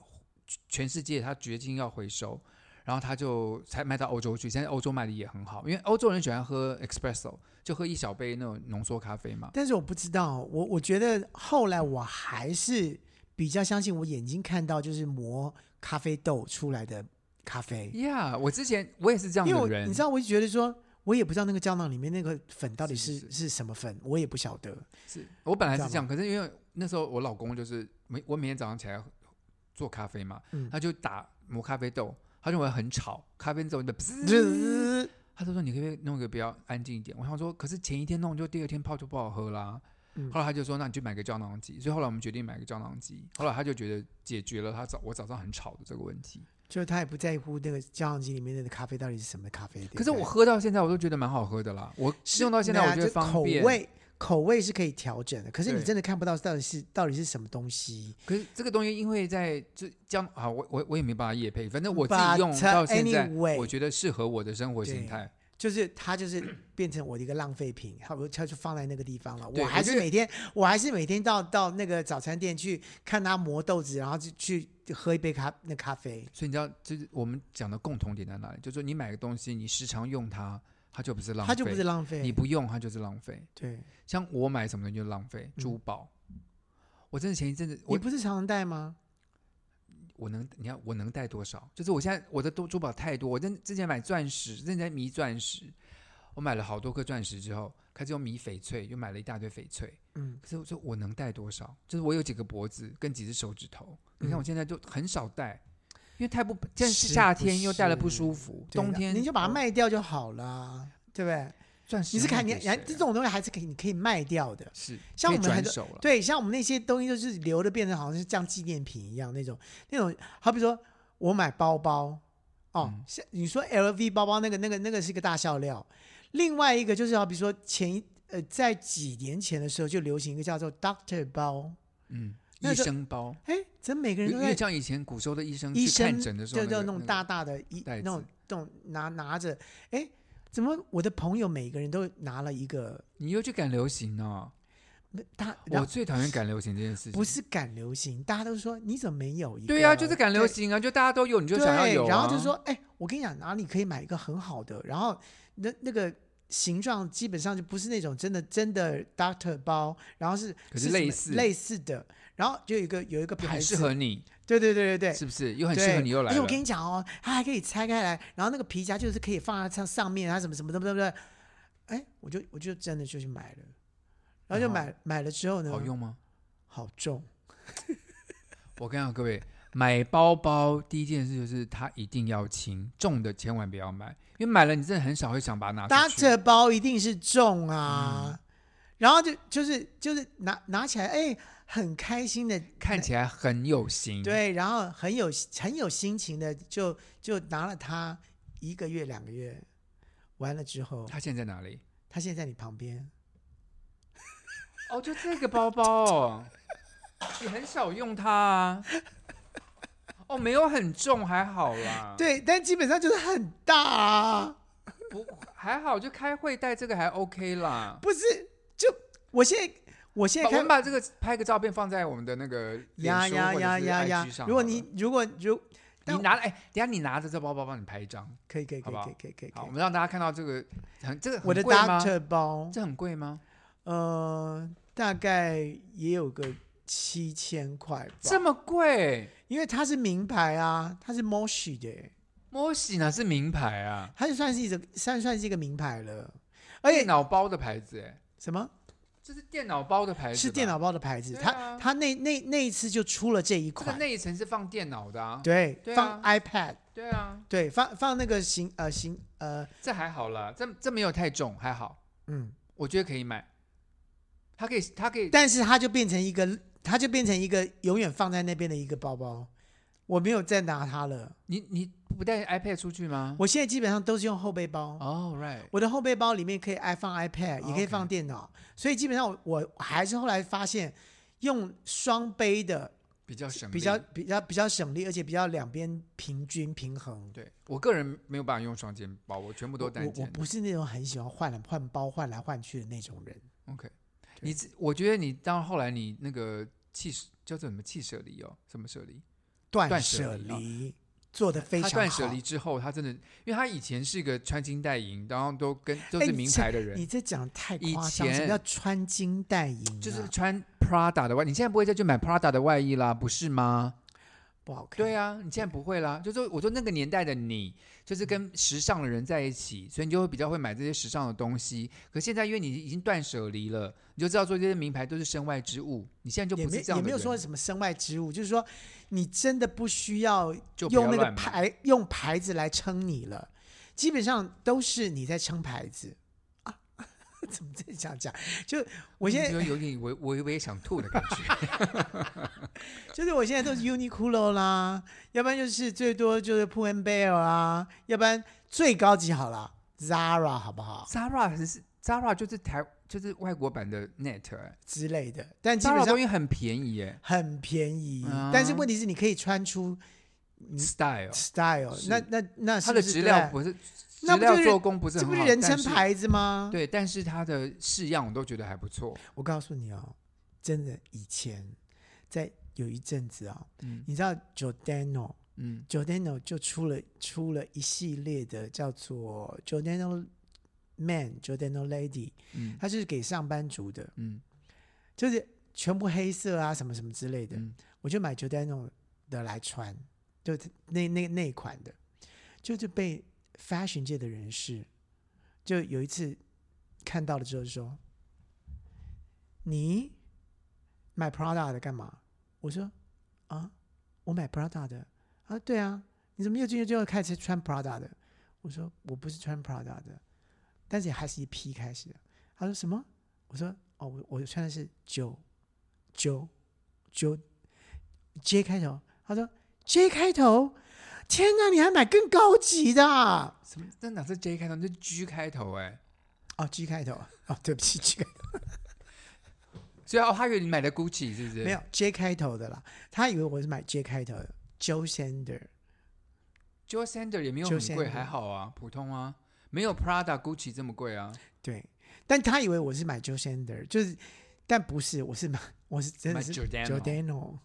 S2: 全世界它决定要回收，然后它就才卖到欧洲去。现在欧洲卖的也很好，因为欧洲人喜欢喝 espresso，就喝一小杯那种浓缩咖啡嘛。
S1: 但是我不知道，我我觉得后来我还是比较相信我眼睛看到就是磨咖啡豆出来的咖啡，
S2: Yeah，我之前我也是这样
S1: 因为我
S2: 的人，
S1: 你知道，我就觉得说。我也不知道那个胶囊里面那个粉到底
S2: 是
S1: 是
S2: 是
S1: 是什么粉，我也不晓得。
S2: 是我本来是
S1: 知
S2: 这
S1: 道
S2: 样，可是因为那时候我老公就是每我每天早上起来做咖啡嘛，
S1: 嗯
S2: 他就打磨咖啡豆，他认为很吵，咖啡豆就滋
S1: 滋
S2: 他就说你可不可以弄个比较安静一点？我想说，可是前一天弄就第二天泡就不好喝啦。
S1: 嗯
S2: 后来他就说，那你去买个胶囊机。所以后来我们决定买个胶囊机。后来他就觉得解决了他早我早上很吵的这个问题。
S1: 就是他也不在乎那个胶囊机里面的咖啡到底是什么咖啡。对不
S2: 可是我
S1: 对
S2: 喝到现在我都觉得蛮好喝的啦。我
S1: 是
S2: 用到现在
S1: 对啊
S2: 我觉得
S1: 就
S2: 方便。
S1: 口味口味是可以调整的，可是你
S2: 对
S1: 真的看不到到底是到底是什么东西。
S2: 可是这个东西因为在就胶啊，我我我也没办法夜配，反正我自己
S1: But
S2: 用到现在，
S1: anyway，
S2: 我觉得适合我的生活形
S1: 对
S2: 态。
S1: 就是它就是变成我的一个浪费品，它我它就放在那个地方了。
S2: 对
S1: 我还
S2: 我觉
S1: 是
S2: 得
S1: 每天，我还是每天到到那个早餐店去看它磨豆子，然后就去喝一杯咖那咖啡。
S2: 所以你知道，就是我们讲的共同点在哪里？就是说你买个东西，你时常用它，它就不是浪费，
S1: 它就不是浪费，
S2: 你不用它就是浪费。
S1: 对，
S2: 像我买什么东西就浪费，
S1: 嗯
S2: 珠宝。我真的前一阵子，
S1: 你
S2: 我
S1: 不是常常带吗？
S2: 我能你看我能带多少？就是我现在我的珠珠宝太多，我真之前买钻石，之前在迷钻石，我买了好多颗钻石之后，开始又迷翡翠，又买了一大堆翡翠。
S1: 嗯，
S2: 可是我说我能戴多少？就是我有几个脖子跟几只手指头，你看
S1: 嗯
S2: 我现在就很少戴，因为太不，现在
S1: 是
S2: 夏
S1: 不
S2: 天又戴了不
S1: 是
S2: 舒服，
S1: 对
S2: 冬
S1: 那
S2: 天
S1: 你就把它
S2: 我
S1: 卖掉就好了，对不对？
S2: 钻石
S1: 你是
S2: 卖
S1: 看你，
S2: 给谁啊，啊
S1: 你这种东西还是可以，你可以卖掉的。
S2: 是
S1: 像
S2: 可以
S1: 我们
S2: 转
S1: 很多
S2: 手了，
S1: 对，像我们那些东西就是留的，变成好像是像纪念品一样那种那种。好比说我买包包哦
S2: 嗯，
S1: 像、你说 LV 包包那个那个那个是个大笑料。另外一个就是好比说前一呃在几年前的时候就流行一个叫做 Doctor 包，
S2: 嗯，
S1: 那
S2: 医
S1: 就
S2: 生包。
S1: 哎，怎么每个人都
S2: 因为
S1: 在
S2: 像以前古时候的医生
S1: 医
S2: 去看
S1: 生
S2: 诊的时候，
S1: 就
S2: 那个
S1: 就那种
S2: 个
S1: 大大的一
S2: 袋
S1: 那种
S2: 子
S1: 那种拿拿着，哎，怎么我的朋友每个人都拿了一个
S2: 你又去赶流 行哦！
S1: 大，然
S2: 我
S1: 后
S2: 最讨厌赶流行这件事情。
S1: 不，是赶流行，大家都说你怎么没有一个？
S2: 对呀、就是赶流
S1: 对
S2: 行啊，就大家都有，你就
S1: 对，
S2: 想要有、啊
S1: 然后就，说，哎，我跟你讲，哪里可以买一个很好的，然后那那个形状基本上就不是那种真的真的 Doctor 包，然后是
S2: 可是
S1: 是什么
S2: 类似
S1: 类似的，然后就有一个有一个
S2: 就
S1: 牌
S2: 很适
S1: 子，
S2: 合你，
S1: 对对对对对。
S2: 是不是？又很
S1: 对
S2: 适合你，又来
S1: 而且我
S2: 了。
S1: 跟你讲哦，它还可以拆开来，然后那个皮夹就是可以放在上上面，它什么什么的，对不对？哎，我就我就真的就去买了，然后
S2: 然
S1: 就
S2: 后
S1: 买买了之后呢，
S2: 好用吗？
S1: 好重，
S2: 我跟你讲，各位，买包包第一件事就是它一定要轻，重的千万不要买，因为买了你真的很少会想把它拿出去。嗯
S1: Doctor 包一定是重啊，然后就就是就是拿拿起来，哎，很开心的，
S2: 看起来很有型，，
S1: 对，然后很有很有心情的就就拿了它一个月两个月，完了之后，
S2: 它现在在哪里？
S1: 它现在在你旁边，
S2: 啊哦，就这个包包哦， 你很少用它啊。哦，没有很重，还好啦。
S1: 对，但基本上就是很大啊，
S2: 不还好，就开会带这个还 OK 啦。
S1: 不是就我现在。我现
S2: 把
S1: 在
S2: 我们
S1: 看
S2: 把这个拍个照片放在我们的那个脸
S1: 呀
S2: 书
S1: 呀
S2: 或者
S1: 呀
S2: 是
S1: 呀
S2: IG
S1: 呀
S2: 上！
S1: 如果
S2: 好了
S1: 你如果如
S2: 你
S1: 但
S2: 拿哎，等一下你拿着这包包帮你拍一张，
S1: 可以可以可
S2: 好
S1: 以
S2: 不好
S1: 可以可以可以，
S2: 好，我
S1: 可以
S2: 们让大家看到这个很这个很
S1: 我的
S2: 贵吗？
S1: Doctor 包，
S2: 这很贵吗？
S1: 呃，大概也有个七千块
S2: 这
S1: 吧，
S2: 么贵？
S1: 因为它是名牌啊，它是 Moshi 的耶、
S2: 摩西哪是名牌啊？
S1: 它就算是一个算算是一个名牌了，而且
S2: 电脑包的牌子，哎，
S1: 什么
S2: 这是电脑包的牌子吧，
S1: 是电脑包的牌子，
S2: 对啊
S1: 它它那那那一次就出了这一
S2: 这个
S1: 款，
S2: 内层是放电脑的啊。
S1: 对，
S2: 对啊
S1: 放 iPad，
S2: 对啊，
S1: 对，放放那个行呃行呃
S2: 这还好啦，这这没有太重，还好，
S1: 嗯，
S2: 我觉得可以买。它可以，它可以，
S1: 但是它就变成一个它就变成一个永远放在那边的一个包包，我没有再拿它了，
S2: 你你不带 iPad 出去吗？
S1: 我现在基本上都是用后背包。
S2: 哦、right，
S1: 我的后背包里面可以爱放 iPad，也可以
S2: 哦 OK
S1: 放电脑所以基本上我我还是后来发现，用双杯的
S2: 比较省力，
S1: 比较比较比较省力，而且比较两边平均平衡。
S2: 对我个人没有办法用双肩包，我全部都
S1: 我
S2: 单
S1: 我我
S2: 肩。
S1: 不是那种很喜欢换来换包换来换去的那种人，
S2: OK，
S1: 对
S2: 你自我觉得你到后来你那个气舍叫做什么气舍离哦，什么舍离？
S1: 断
S2: 舍
S1: 舍
S2: 离啊
S1: 离做的非
S2: 他
S1: 常好。
S2: 断舍离之后，他真的，因为他以前是一个穿金戴银，然后都跟都是
S1: 哎
S2: 名
S1: 这
S2: 牌的人，
S1: 你这讲太
S2: 以
S1: 夸张，什
S2: 前
S1: 么叫穿金戴银、啊？
S2: 就是穿 Prada 的外，你现在不会再去买 Prada 的外衣啦，不是吗？
S1: 不好看。
S2: 对啊，你现在不会啦。就说我说那个年代的你，就是跟时尚的人在一起，所以你就会比较会买这些时尚的东西。可现在因为你已经断舍离了，你就知道说这些名牌都是身外之物，你现在就
S1: 也
S2: 不
S1: 没
S2: 是这样
S1: 也
S2: 的
S1: 没有
S2: 人
S1: 说什么身外之物，就是说你真的不需要
S2: 就不要
S1: 用那个
S2: 乱买
S1: 牌用牌子来撑你了，基本上都是你在撑牌子啊。 怎么这样讲？就我现在
S2: 就有点微微微想吐的感 觉。
S1: 就是我现在都是 Uniqlo 啦，要不然就是最多就是 Pull and Bear 啊，要不然最高级好了 Zara 好不好
S2: Zara 是 Zara 就是台就是外国版的 Net，、哎
S1: 之类的，但基
S2: Zara
S1: 本
S2: 东
S1: 上
S2: 西很便宜耶
S1: 很便宜。
S2: 啊
S1: 但是问题是，你可以穿出
S2: ，Style，
S1: style，
S2: 是
S1: 那那那嗯是
S2: 它
S1: 不
S2: 的
S1: 是
S2: 质
S1: 对
S2: 量不是质
S1: 那不就
S2: 料
S1: 是
S2: 做工不
S1: 这
S2: 是很
S1: 不
S2: 好，
S1: 是人
S2: 但
S1: 称牌子吗？
S2: 对，但是它的式样我都觉得还不错。
S1: 我告诉你哦，真的，以前在有一阵子啊、
S2: 嗯
S1: 你知道 Jordano
S2: 嗯
S1: Jordano 就出了出了一系列的叫做 Jordano Man Jordano Lady，
S2: 嗯
S1: 它就是给上班族的，
S2: 嗯
S1: 就是全部黑色啊什么什么之类的。
S2: 嗯，
S1: 我就买 Jordano 的来穿，就那那那一款的，就是被 fashion 界的人士，就有一次看到了之后就说：“你买 Prada 的干嘛？”我说：“啊，我买 Prada 的啊，对啊，你怎么又进去就开始穿 Prada 的？”我说：“我不是穿 Prada 的，但是也还是一批开始的。”他说：“什么？”我说：“哦，我我穿的是九九九 J 开头。”他说：“J 开头，天哪，你还买更高级的啊、
S2: 什么？这哪是 J 开头，这是 G 开头哎。
S1: 哦，G 开头哦，对不起，G 开头
S2: 所以哦，他以为你买的 Gucci 是不是？
S1: 没，有 J 开头的啦，他以为我是买 J 开头的。Joe Sander
S2: ，Joe Sander 也没有
S1: Joe
S2: 很贵，
S1: Sander
S2: 还好啊，普通啊，没有 Prada、Gucci 这么贵啊。
S1: 对，但他以为我是买 Joe Sander，就是，但不是，我是买，我是真的是
S2: 买 Giordano
S1: Jordano，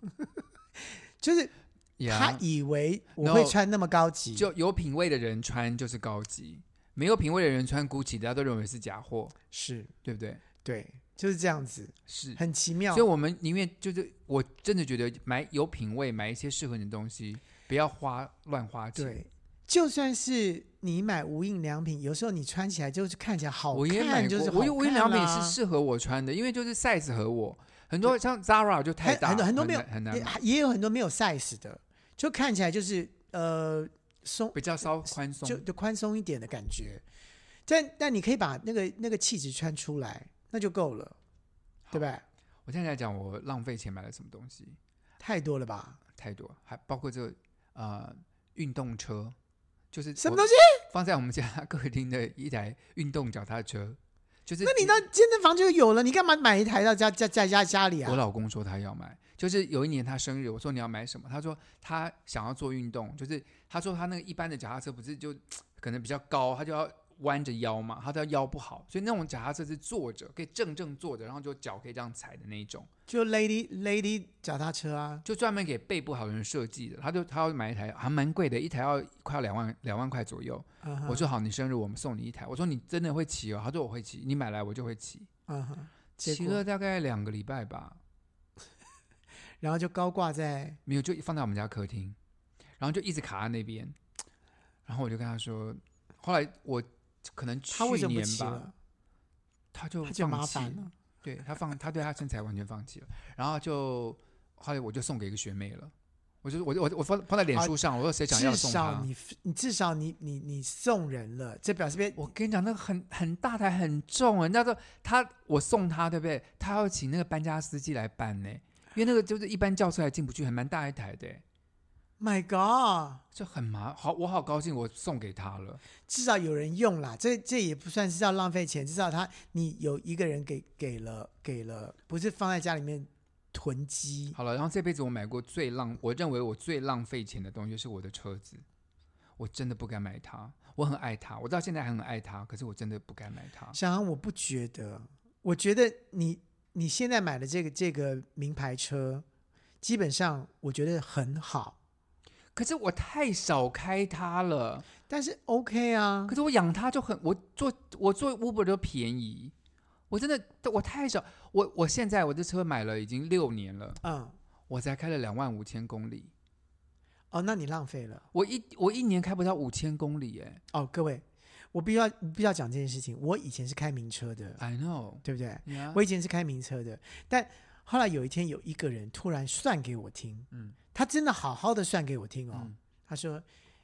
S1: 就是 他
S2: Yeah
S1: 以为我
S2: No
S1: 会穿那么高级，
S2: 就有品味的人穿就是高级，没有品味的人穿 Gucci，大家都认为是假货，
S1: 是
S2: 对不对？
S1: 对，就是这样子，
S2: 是，
S1: 很奇妙
S2: 所以。我们宁愿就是，我真的觉得买有品味，买一些适合你的东西，不要花乱花钱。
S1: 对，就算是你买无印良品，有时候你穿起来就是看起来好看，
S2: 我也买
S1: 就是
S2: 过，
S1: 好
S2: 我有我有
S1: 看啊
S2: 两
S1: 啦
S2: 品是适合我穿的，因为就是 size 合我。很多像 Zara 就太
S1: 很
S2: 大，
S1: 很多很多没有
S2: 难很难
S1: 也
S2: 买，
S1: 也有很多没有 size 的，就看起来就是呃松，
S2: 比较稍宽松
S1: 就。就宽松一点的感觉。但但你可以把那个那个气质穿出来，那就够了，对不对？
S2: 我现在来讲，我浪费钱买了什么东西
S1: 太多了吧？
S2: 太多，还包括这个呃运动车，就是
S1: 什么
S2: 我
S1: 东西？
S2: 放在我们家客厅的一台运动脚踏车，就是
S1: 那你到健身房就有了，你干嘛买一台到家家家家家里
S2: 我
S1: 啊？
S2: 老公说他要买，就是有一年他生日，我说你要买什么？他说他想要做运动，就是他说他那个一般的脚踏车不是就可能比较高，他就要弯着腰嘛，他的腰不好，所以那种脚踏车是坐着，可以正正坐着，然后就脚可以这样踩的那一种，
S1: 就 lady lady 脚踏车啊，
S2: 就专门给背不好的人设计的。他就他要买一台，还蛮贵的，一台要快要两万两万块左右。
S1: 嗯哼
S2: 我说好，你生日我们送你一台。我说你真的会骑哦？他说我会骑，你买来我就会骑。
S1: 嗯哼，结
S2: 骑
S1: 果
S2: 了大概两个礼拜吧，
S1: 然后就高挂在
S2: 没有，就放在我们家客厅，然后就一直卡在那边。然后我就跟他说，后来我可能去
S1: 他为什么不
S2: 年
S1: 骑
S2: 吧，
S1: 了？
S2: 他就
S1: 他就
S2: 放
S1: 麻
S2: 弃
S1: 烦了，
S2: 对他放，他对他身材完全放弃了，然后就后来我就送给一个学妹了，我就我我我放放在脸
S1: 啊
S2: 书上，我说谁想要
S1: 至
S2: 送
S1: 少
S2: 他？
S1: 你你至少你你你送人了，这表示别
S2: 我跟你讲，那个很很大台很重，啊人家说他我送他对不对？他要请那个搬家司机来搬呢，因为那个就是一般轿车还进不去，还蛮大一台的，欸
S1: My God，
S2: 就很麻好，我好高兴我送给他了，
S1: 至少有人用啦，这这也不算是要浪费钱，至少他你有一个人给给了给了，不是放在家里面囤积。
S2: 好了，然后这辈子我买过最浪，我认为我最浪费钱的东西就是我的车子，我真的不该买它，我很爱它，我到现在还很爱它，可是我真的不该买它。
S1: 小安，我不觉得，我觉得你你现在买的这个这个名牌车，基本上我觉得很好，
S2: 可是我太少开它了，
S1: 但是 OK 啊
S2: 可，是我养它就很，我做我做 Uber 都便宜，我真的我太少，我我现在我这车买了已经六年了，
S1: 嗯，
S2: 我才开了两万五千公里，
S1: 哦，那你浪费了。
S2: 我一我一年开不到五千公里哎
S1: 哦，各位，我必须要必须要讲这件事情。我以前是开名车的，
S2: ，I know，
S1: 对不对？
S2: 呀
S1: 我以前是开名车的，但后来有一天有一个人突然算给我听，
S2: 嗯
S1: 他真的好好的算给我听哦。
S2: 嗯
S1: 他说：“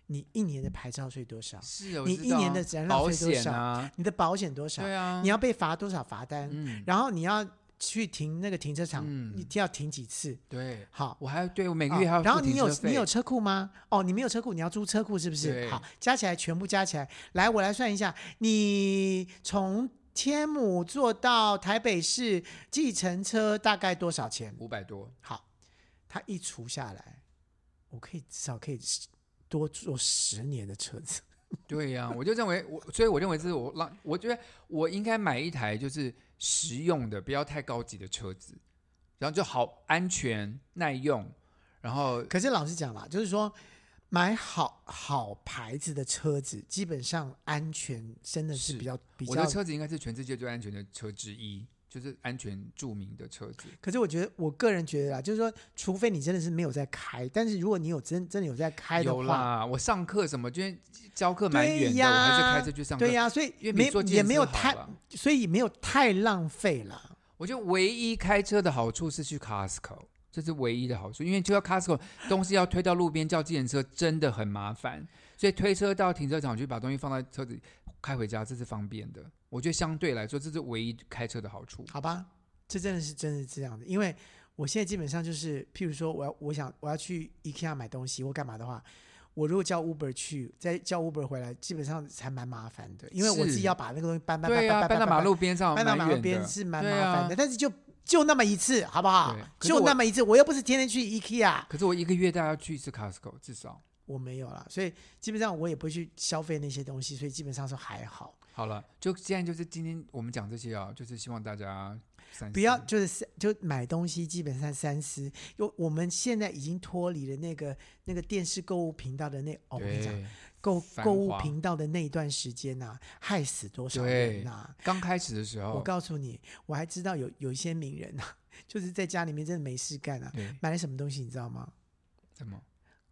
S1: 你一年的牌照税多少？
S2: 是，我
S1: 你
S2: 知
S1: 一
S2: 道
S1: 年
S2: 啊
S1: 的燃料
S2: 保
S1: 费多
S2: 险
S1: 少？
S2: 啊，
S1: 你的保险多少？
S2: 对啊，
S1: 你要被罚多少罚单？
S2: 嗯，
S1: 然后你要去停那个停车场，
S2: 嗯
S1: 你要停几次？
S2: 对，
S1: 好。”
S2: 我还要对我每个月还要
S1: 啊然后
S2: 付
S1: 你
S2: 停
S1: 有
S2: 车费，
S1: 你有车库吗？哦，你没有车库，你要租车库是不是？
S2: 对
S1: 好，加起来全部加起来，来我来算一下，你从天母坐到台北市计程车大概多少钱？
S2: 五百多，
S1: 好，他一除下来，我可以至少可以多坐十年的车子。
S2: 对呀、我就认为我，所以我认为这是我浪，我觉得我应该买一台就是实用的，不要太高级的车子，然后就好安全耐用，然后
S1: 可是老实讲啦，就是说买好好牌子的车子，基本上安全真的是
S2: 是
S1: 比较比
S2: 我的
S1: 较。
S2: 车子应该是全世界最安全的车之一，就是安全著名的车子。
S1: 可是我觉得，我个人觉得啦，就是说，除非你真的是没有在开，但是如果你有真真的有在开的
S2: 有
S1: 话，
S2: 啦，我上课什么，今天教课蛮远
S1: 对
S2: 的，
S1: 呀
S2: 我还是开车去上课。
S1: 对呀、所以
S2: 因为比
S1: 没
S2: 坐计程
S1: 也没有
S2: 车好
S1: 太
S2: 吧，
S1: 所以也没有太浪费啦。
S2: 我觉得唯一开车的好处是去 Costco，这是唯一的好处，因为就要 Costco 东西要推到路边叫计程车真的很麻烦，所以推车到停车场去把东西放在车子里开回家，这是方便的。我觉得相对来说，这是唯一开车的好处。
S1: 好吧，这真的是真的是这样的，因为我现在基本上就是，譬如说我要我想我要去 IKEA 买东西或干嘛的话，我如果叫 Uber 去，再叫 Uber 回来，基本上还蛮麻烦的，因为我
S2: 是
S1: 自己要把那个东西搬搬搬
S2: 对
S1: 搬
S2: 啊，搬到马路边上
S1: 搬
S2: 蛮
S1: 到马路
S2: 远
S1: 边
S2: 的。
S1: 是蛮麻
S2: 对
S1: 烦的，
S2: 啊
S1: 但是就就那么一次，好不好
S2: 对？可是
S1: 就
S2: 我
S1: 那么一次，我又不是天天去 IKEA，
S2: 可是我一个月大概要去一次 Costco，至少
S1: 我没有啦，所以基本上我也不会去消费那些东西，所以基本上说还好，
S2: 好了。就现在就是今天我们讲这些啊，就是希望大家三思
S1: 不要哦就是三就买东西基本上三思，因为我们现在已经脱离了那个那个电视购物频道的那哦，我跟你讲，
S2: 对
S1: 购
S2: 繁
S1: 购物
S2: 华
S1: 频道的那一段时间呐、害死多少人
S2: 对哦
S1: 呐、
S2: 刚开始的时候，
S1: 我告诉你，我还知道有有一些名人呐、 就是在家里面真的没事干啊，
S2: 对
S1: 买了什么东西你知道吗？
S2: 怎么？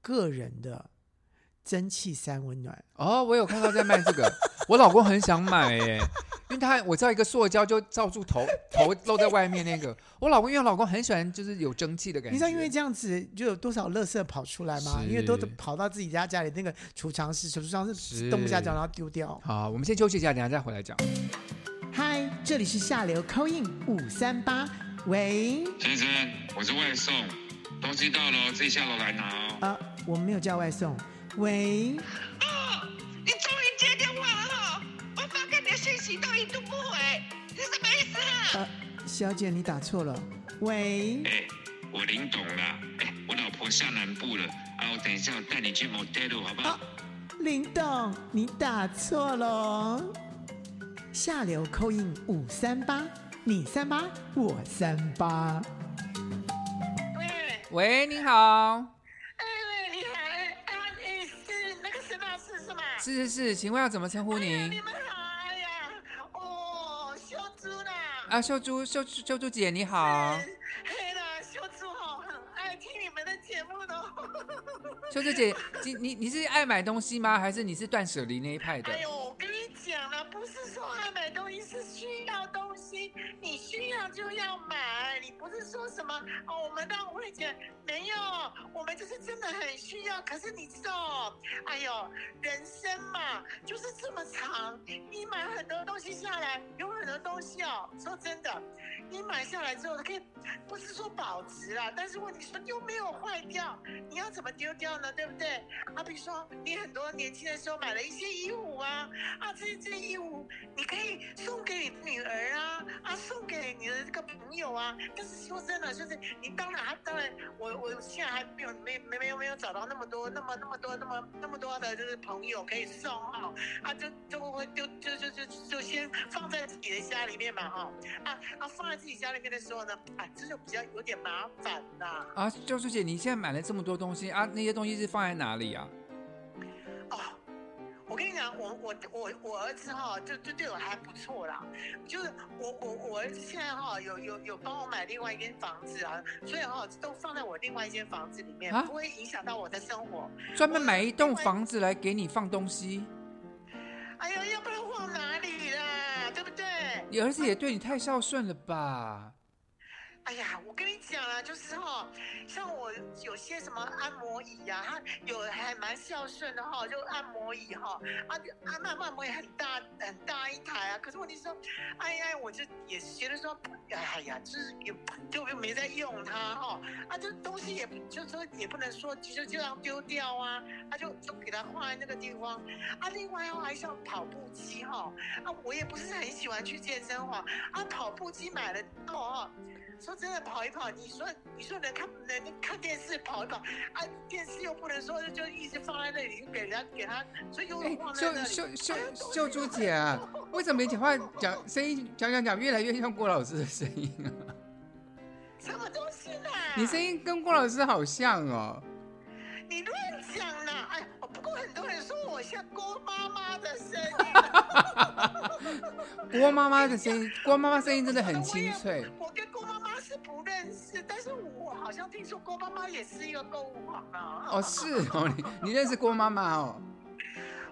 S1: 个人的蒸汽三温暖。
S2: 哦，我有看到在卖这个， 我老公很想买耶，因为他我知道一个塑胶就罩住 头，头露在外面那个。我老公因为我老公很喜欢就是有蒸汽的感觉，
S1: 你知道因为这样子就有多少垃圾跑出来吗？
S2: 是
S1: 因为都跑到自己家家里那个储藏室，储藏室
S2: 是
S1: 动不下脚，然后丢掉。
S2: 好，我们先休息一下，等一下再回来讲。
S1: 嗨，这里是下流 c in 五三八，喂，
S3: 先生，我是外送，东西到了哦自己下楼来拿哦。
S1: 呃，我们没有叫外送，喂，
S4: 哦，你终于接电话了哈、我发给你的信息都一度不回，你什么意思啊？
S1: 呃，小姐你打错了，喂，
S3: 哎、我林董啦，哎、我老婆下南部了，啊，我等一下我带你去 motel 好不好？
S1: 啊林董，你打错喽。下流扣印五三八，你三八，我三八。
S4: 喂喂
S2: 喂，您好，
S4: 喂，你好，哎哎哎，是那个沈老师是吗？
S2: 是是是，请问要怎么称呼
S4: 哎呀
S2: 您
S4: 你？们好哎呀，哦，秀珠啦，
S2: 啊，秀珠秀珠秀珠姐你好，
S4: 嘿啦，秀珠哦，很爱听你们的节目的哦。
S2: 秀珠姐，今你你是爱买东西吗？还是你是断舍离那一派的
S4: 哎？呦，我跟你讲了，不是说爱买东西，是需要东西，你需要就要买，你不是说什么哦，我们让慧姐没有，我们就是真的很需要。可是你知道哦，哎呦，人生嘛就是这么长，你买很多东西下来，有很多东西哦，说真的，你买下来之后可以不是说保值啦，但是问题是又没有坏掉，你要怎么丢掉呢？对不对？啊，比如说你很多年轻的时候买了一些衣服啊，啊，这些这些衣服你可以送给你的女儿啊，啊，送给你的这个朋友啊。但是说真的，就是你当然还当然，我我现在还没有没没没有没有找到那么多那么那么多那么那么多的就是朋友可以送哈、啊，就就会就就就就就先放在自己的家里面嘛哈、啊啊，放在自己家里面的时候呢，啊，这就比较有点麻烦啦、
S2: 啊，秀珠姐，你现在买了这么多东西啊，那些东西是放在哪里啊？
S4: 哦，我跟你讲，我我我我儿子哈、就就对我还不错啦。就是我我我儿子现在哈、有有有帮我买另外一间房子啊，所以哈、都放在我另外一间房子里面，
S2: 啊
S4: 不会影响到我的生活。
S2: 专门买一栋房子来给你放东西？
S4: 哎呀，要不然往哪里啦？对不对？
S2: 你儿子也对你太孝顺了吧？
S4: 哎呀，我跟你讲啊，就是哈、像我有些什么按摩椅啊，他有还蛮孝顺的哈、就按摩椅哈、啊，就按按按摩椅很大很大一台啊。可是问题是说，哎呀，我就也觉得说，哎呀，就是也就又没在用它哈、啊，这东西也就是说也不能说就就这样丢掉啊，啊就就给它放在那个地方啊。另外的话，还像跑步机哈、啊，我也不是很喜欢去健身房啊，跑步机买了之后哈。说真的，跑一跑，你说你说能看能看电视跑一跑啊？电视又不能说就一直放在那里，就给人家给他，所以又
S2: 哎、
S4: 放在
S2: 秀
S4: 那里。
S2: 秀秀秀珠姐啊，为什么你讲话讲声音讲讲讲越来越像郭老师的声音啊？
S4: 什么东西呢？
S2: 你声音跟郭老师好像哦。
S4: 你乱讲啦！哎，不过很多人说我像郭妈妈的声 音，
S2: 郭妈妈的声音，郭妈妈声音真的很清脆。
S4: 我跟郭妈妈是不认识，但是我好像听说郭妈妈也是一个购物狂啊。
S2: 哦，是哦，你你认识郭妈妈哦？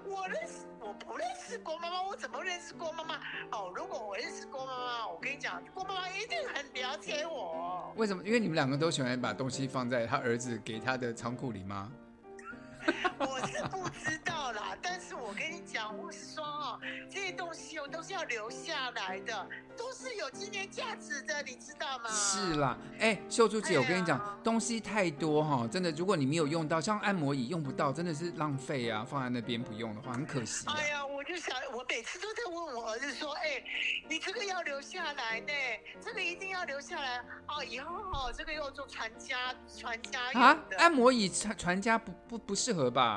S4: 我认识，我不认识郭妈妈，我怎么认识郭妈妈？哦，如果我认识郭妈妈，我跟你讲，郭妈妈一定很了解我。
S2: 为什么？因为你们两个都喜欢把东西放在他儿子给他的仓库里吗？
S4: 我是不知道啦， 但是我跟你讲，我是说哦，这些东西哦都是要留下来的，都是有纪念价值的，你知道吗？
S2: 是啦，哎、秀珠姐，我跟你
S4: 哎呀
S2: 讲，东西太多哈、真的，如果你没有用到，像按摩椅用不到，真的是浪费啊，放在那边不用的话，很可惜、啊。
S4: 哎呀，我就想，我每次都在问我儿子说：“哎、你这个要留下来呢，这个一定要留下来哦，以后哦，这个要做传家传家
S2: 啊
S4: 用，的。
S2: 按摩椅传传家不不不适合吧？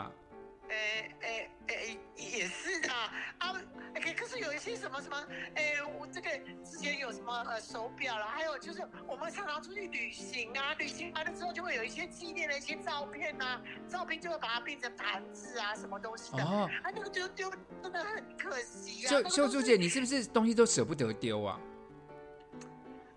S4: 哎哎哎，也是的啊。可可是有一些什么什么，哎，我这个之前有什么呃手表啦，还有就是我们常常出去旅行啊，旅行完了之后就会有一些纪念的一些照片啊，照片就会把它变成盘子啊，什么东西的。
S2: 哦，
S4: 啊，那个丢丢真的很可惜呀、啊。
S2: 秀
S4: 那个
S2: 秀
S4: 东
S2: 珠
S4: 西
S2: 姐，，你是不是东西都舍不得丢啊？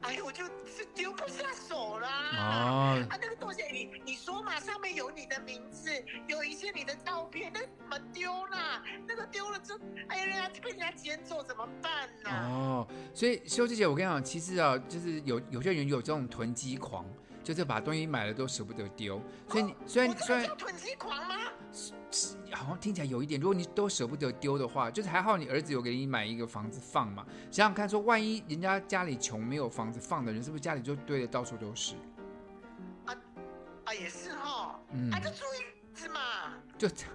S4: 哎呦，我就是丢不下手啦。
S2: 哦，
S4: 啊，那个东西，你你说嘛，上面有你的名字，有一些你的照片，那怎么丢啦？那个丢了就，哎呀，人家被人家捡走怎么办呢、
S2: 哦，所以修姐姐，我跟你讲，其实啊，就是有有些人有这种囤积狂，就是把东西买了都舍不得丢。所以你虽
S4: 哦我
S2: 然虽
S4: 这个
S2: 然
S4: 叫囤积狂吗？
S2: 好像听起来有一点，如果你都舍不得丢的话，就是还好你儿子有给你买一个房子放嘛。想想看，说万一人家家里穷没有房子放的人，是不是家里就堆的到处都是？
S4: 啊，也是哈，
S2: 嗯
S4: 啊，就注意子嘛。
S2: 就 这样。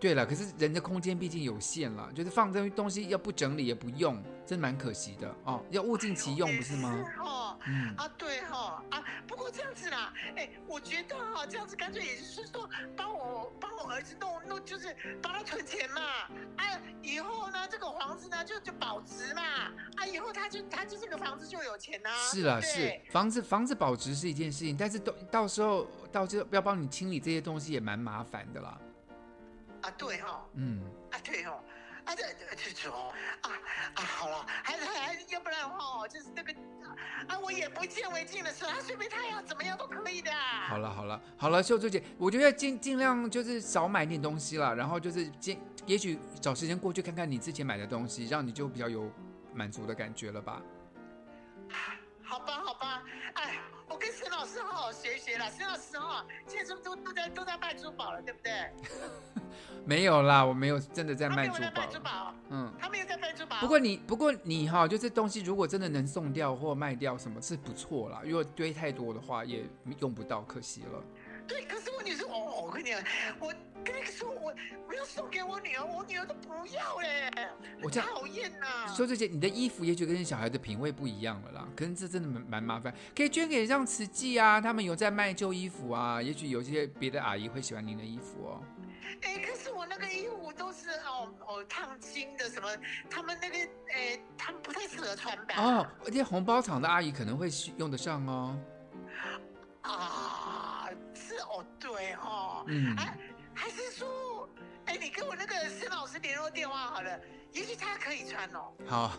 S2: 对了，可是人的空间毕竟有限啦，就是放这些东西要不整理也不用，真蛮可惜的哦。要物尽其用不是吗？
S4: 是哈，
S2: 嗯，
S4: 啊，对哈，啊，不过这样子啦。哎，我觉得哈、这样子干脆也就是说，帮我帮我儿子弄弄，就是帮他存钱嘛。啊，以后呢，这个房子呢就就保值嘛。啊，以后他就他就这个房子就有钱呐、
S2: 是啦，
S4: 对不
S2: 是
S4: 对
S2: 房子房子保值是一件事情，但是到到时候到时候要帮你清理这些东西也蛮麻烦的啦。
S4: 啊，对哈、哦。
S2: 嗯，
S4: 啊，对哦，啊，这这这哦，啊啊，好了，还还还，要不然的话哦，就是那个啊，我眼不见为净的时候，他随便他要怎么样都可以的。啊
S2: 好，了好了好了，秀珠姐，我觉得尽尽量就是少买点东西啦，然后就是尽也许找时间过去看看你之前买的东西，让你就比较有满足的感觉了吧。
S4: 好吧，好吧，哎，我跟沈老师好好学一学啦。沈老师哈、现在是不是都都在都在卖珠宝了，对不对？
S2: 没有啦，我没有真的在
S4: 他没
S2: 卖
S4: 有
S2: 珠
S4: 在
S2: 宝
S4: 卖。珠宝，
S2: 嗯，
S4: 他没有在卖珠宝。
S2: 不过你不过你哈，就这东西如果真的能送掉或卖掉，什么是不错啦。如果堆太多的话，也用不到，可惜了。
S4: 对，可是我女是，我、我跟你讲，我跟你说，我我要送给我女儿，我女儿都不要嘞，
S2: 我这样
S4: 讨厌呐、
S2: 说这些，你的衣服也许跟小孩的品味不一样了啦，可是这真的蛮蛮麻烦，可以捐给让慈济啊，他们有在卖旧衣服啊，也许有一些别的阿姨会喜欢您的衣服哦。
S4: 哎、可是我那个衣服都是哦哦烫金的，什么他们那个哎、他们不太适合穿吧？
S2: 哦，而且红包厂的阿姨可能会需用得上哦。
S4: 啊，是哦，对哦，
S2: 嗯，
S4: 哎、还是说，哎、你跟我那个沈老师联络电话好了，也许他可以穿哦。
S2: 好，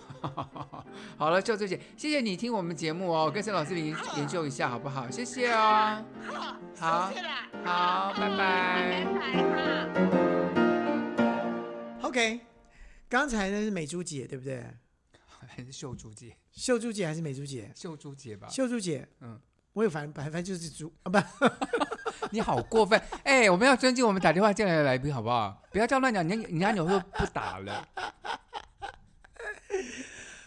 S2: 好了，秀珠姐，谢谢你听我们节目哦，跟沈老师研研究一下好不好？谢谢哦，
S4: 哈
S2: 好
S4: 谢谢啦，
S2: 好拜拜
S4: 拜 拜哈。
S1: OK，刚才那是美珠姐对不对？
S2: 还是秀珠姐，
S1: 秀珠姐还是美珠姐？
S2: 秀珠姐吧。
S1: 秀珠姐，
S2: 嗯，
S1: 我有反反正就是猪啊，不，
S2: 你好过分！ 哎、我们要尊敬我们打电话进来的来宾，好不好？不要这样乱讲，人家人家有时候不打了。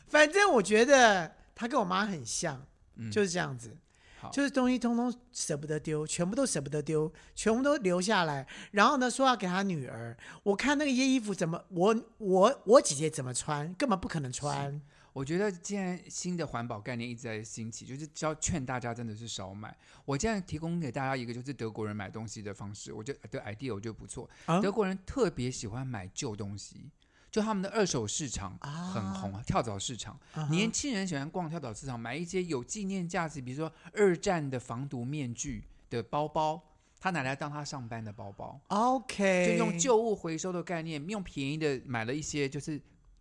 S1: 反正我觉得她跟我妈很像，
S2: 嗯
S1: 就是这样子。
S2: 好
S1: 就是东西通通舍不得丢，全部都舍不得丢，全部都留下来。然后呢，说要给她女儿。我看那个衣服怎么，我我我姐姐怎么穿，根本不可能穿。
S2: 我觉得现在新的环保概念一直在兴起，就是要劝大家真的是少买。我现在提供给大家一个就是德国人买东西的方式，我觉得的呃 idea 我觉得不错。
S1: 啊
S2: 德国人特别喜欢买旧东西，就他们的二手市场
S1: 啊
S2: 很红，啊、跳蚤市场。
S1: 啊哈
S2: 年轻人喜欢逛跳蚤市场，买一些有纪念价值，比如说二战的防毒面具的包包，他拿来当他上班的包包。
S1: OK，
S2: 就用旧物回收的概念，用便宜的买了一些就是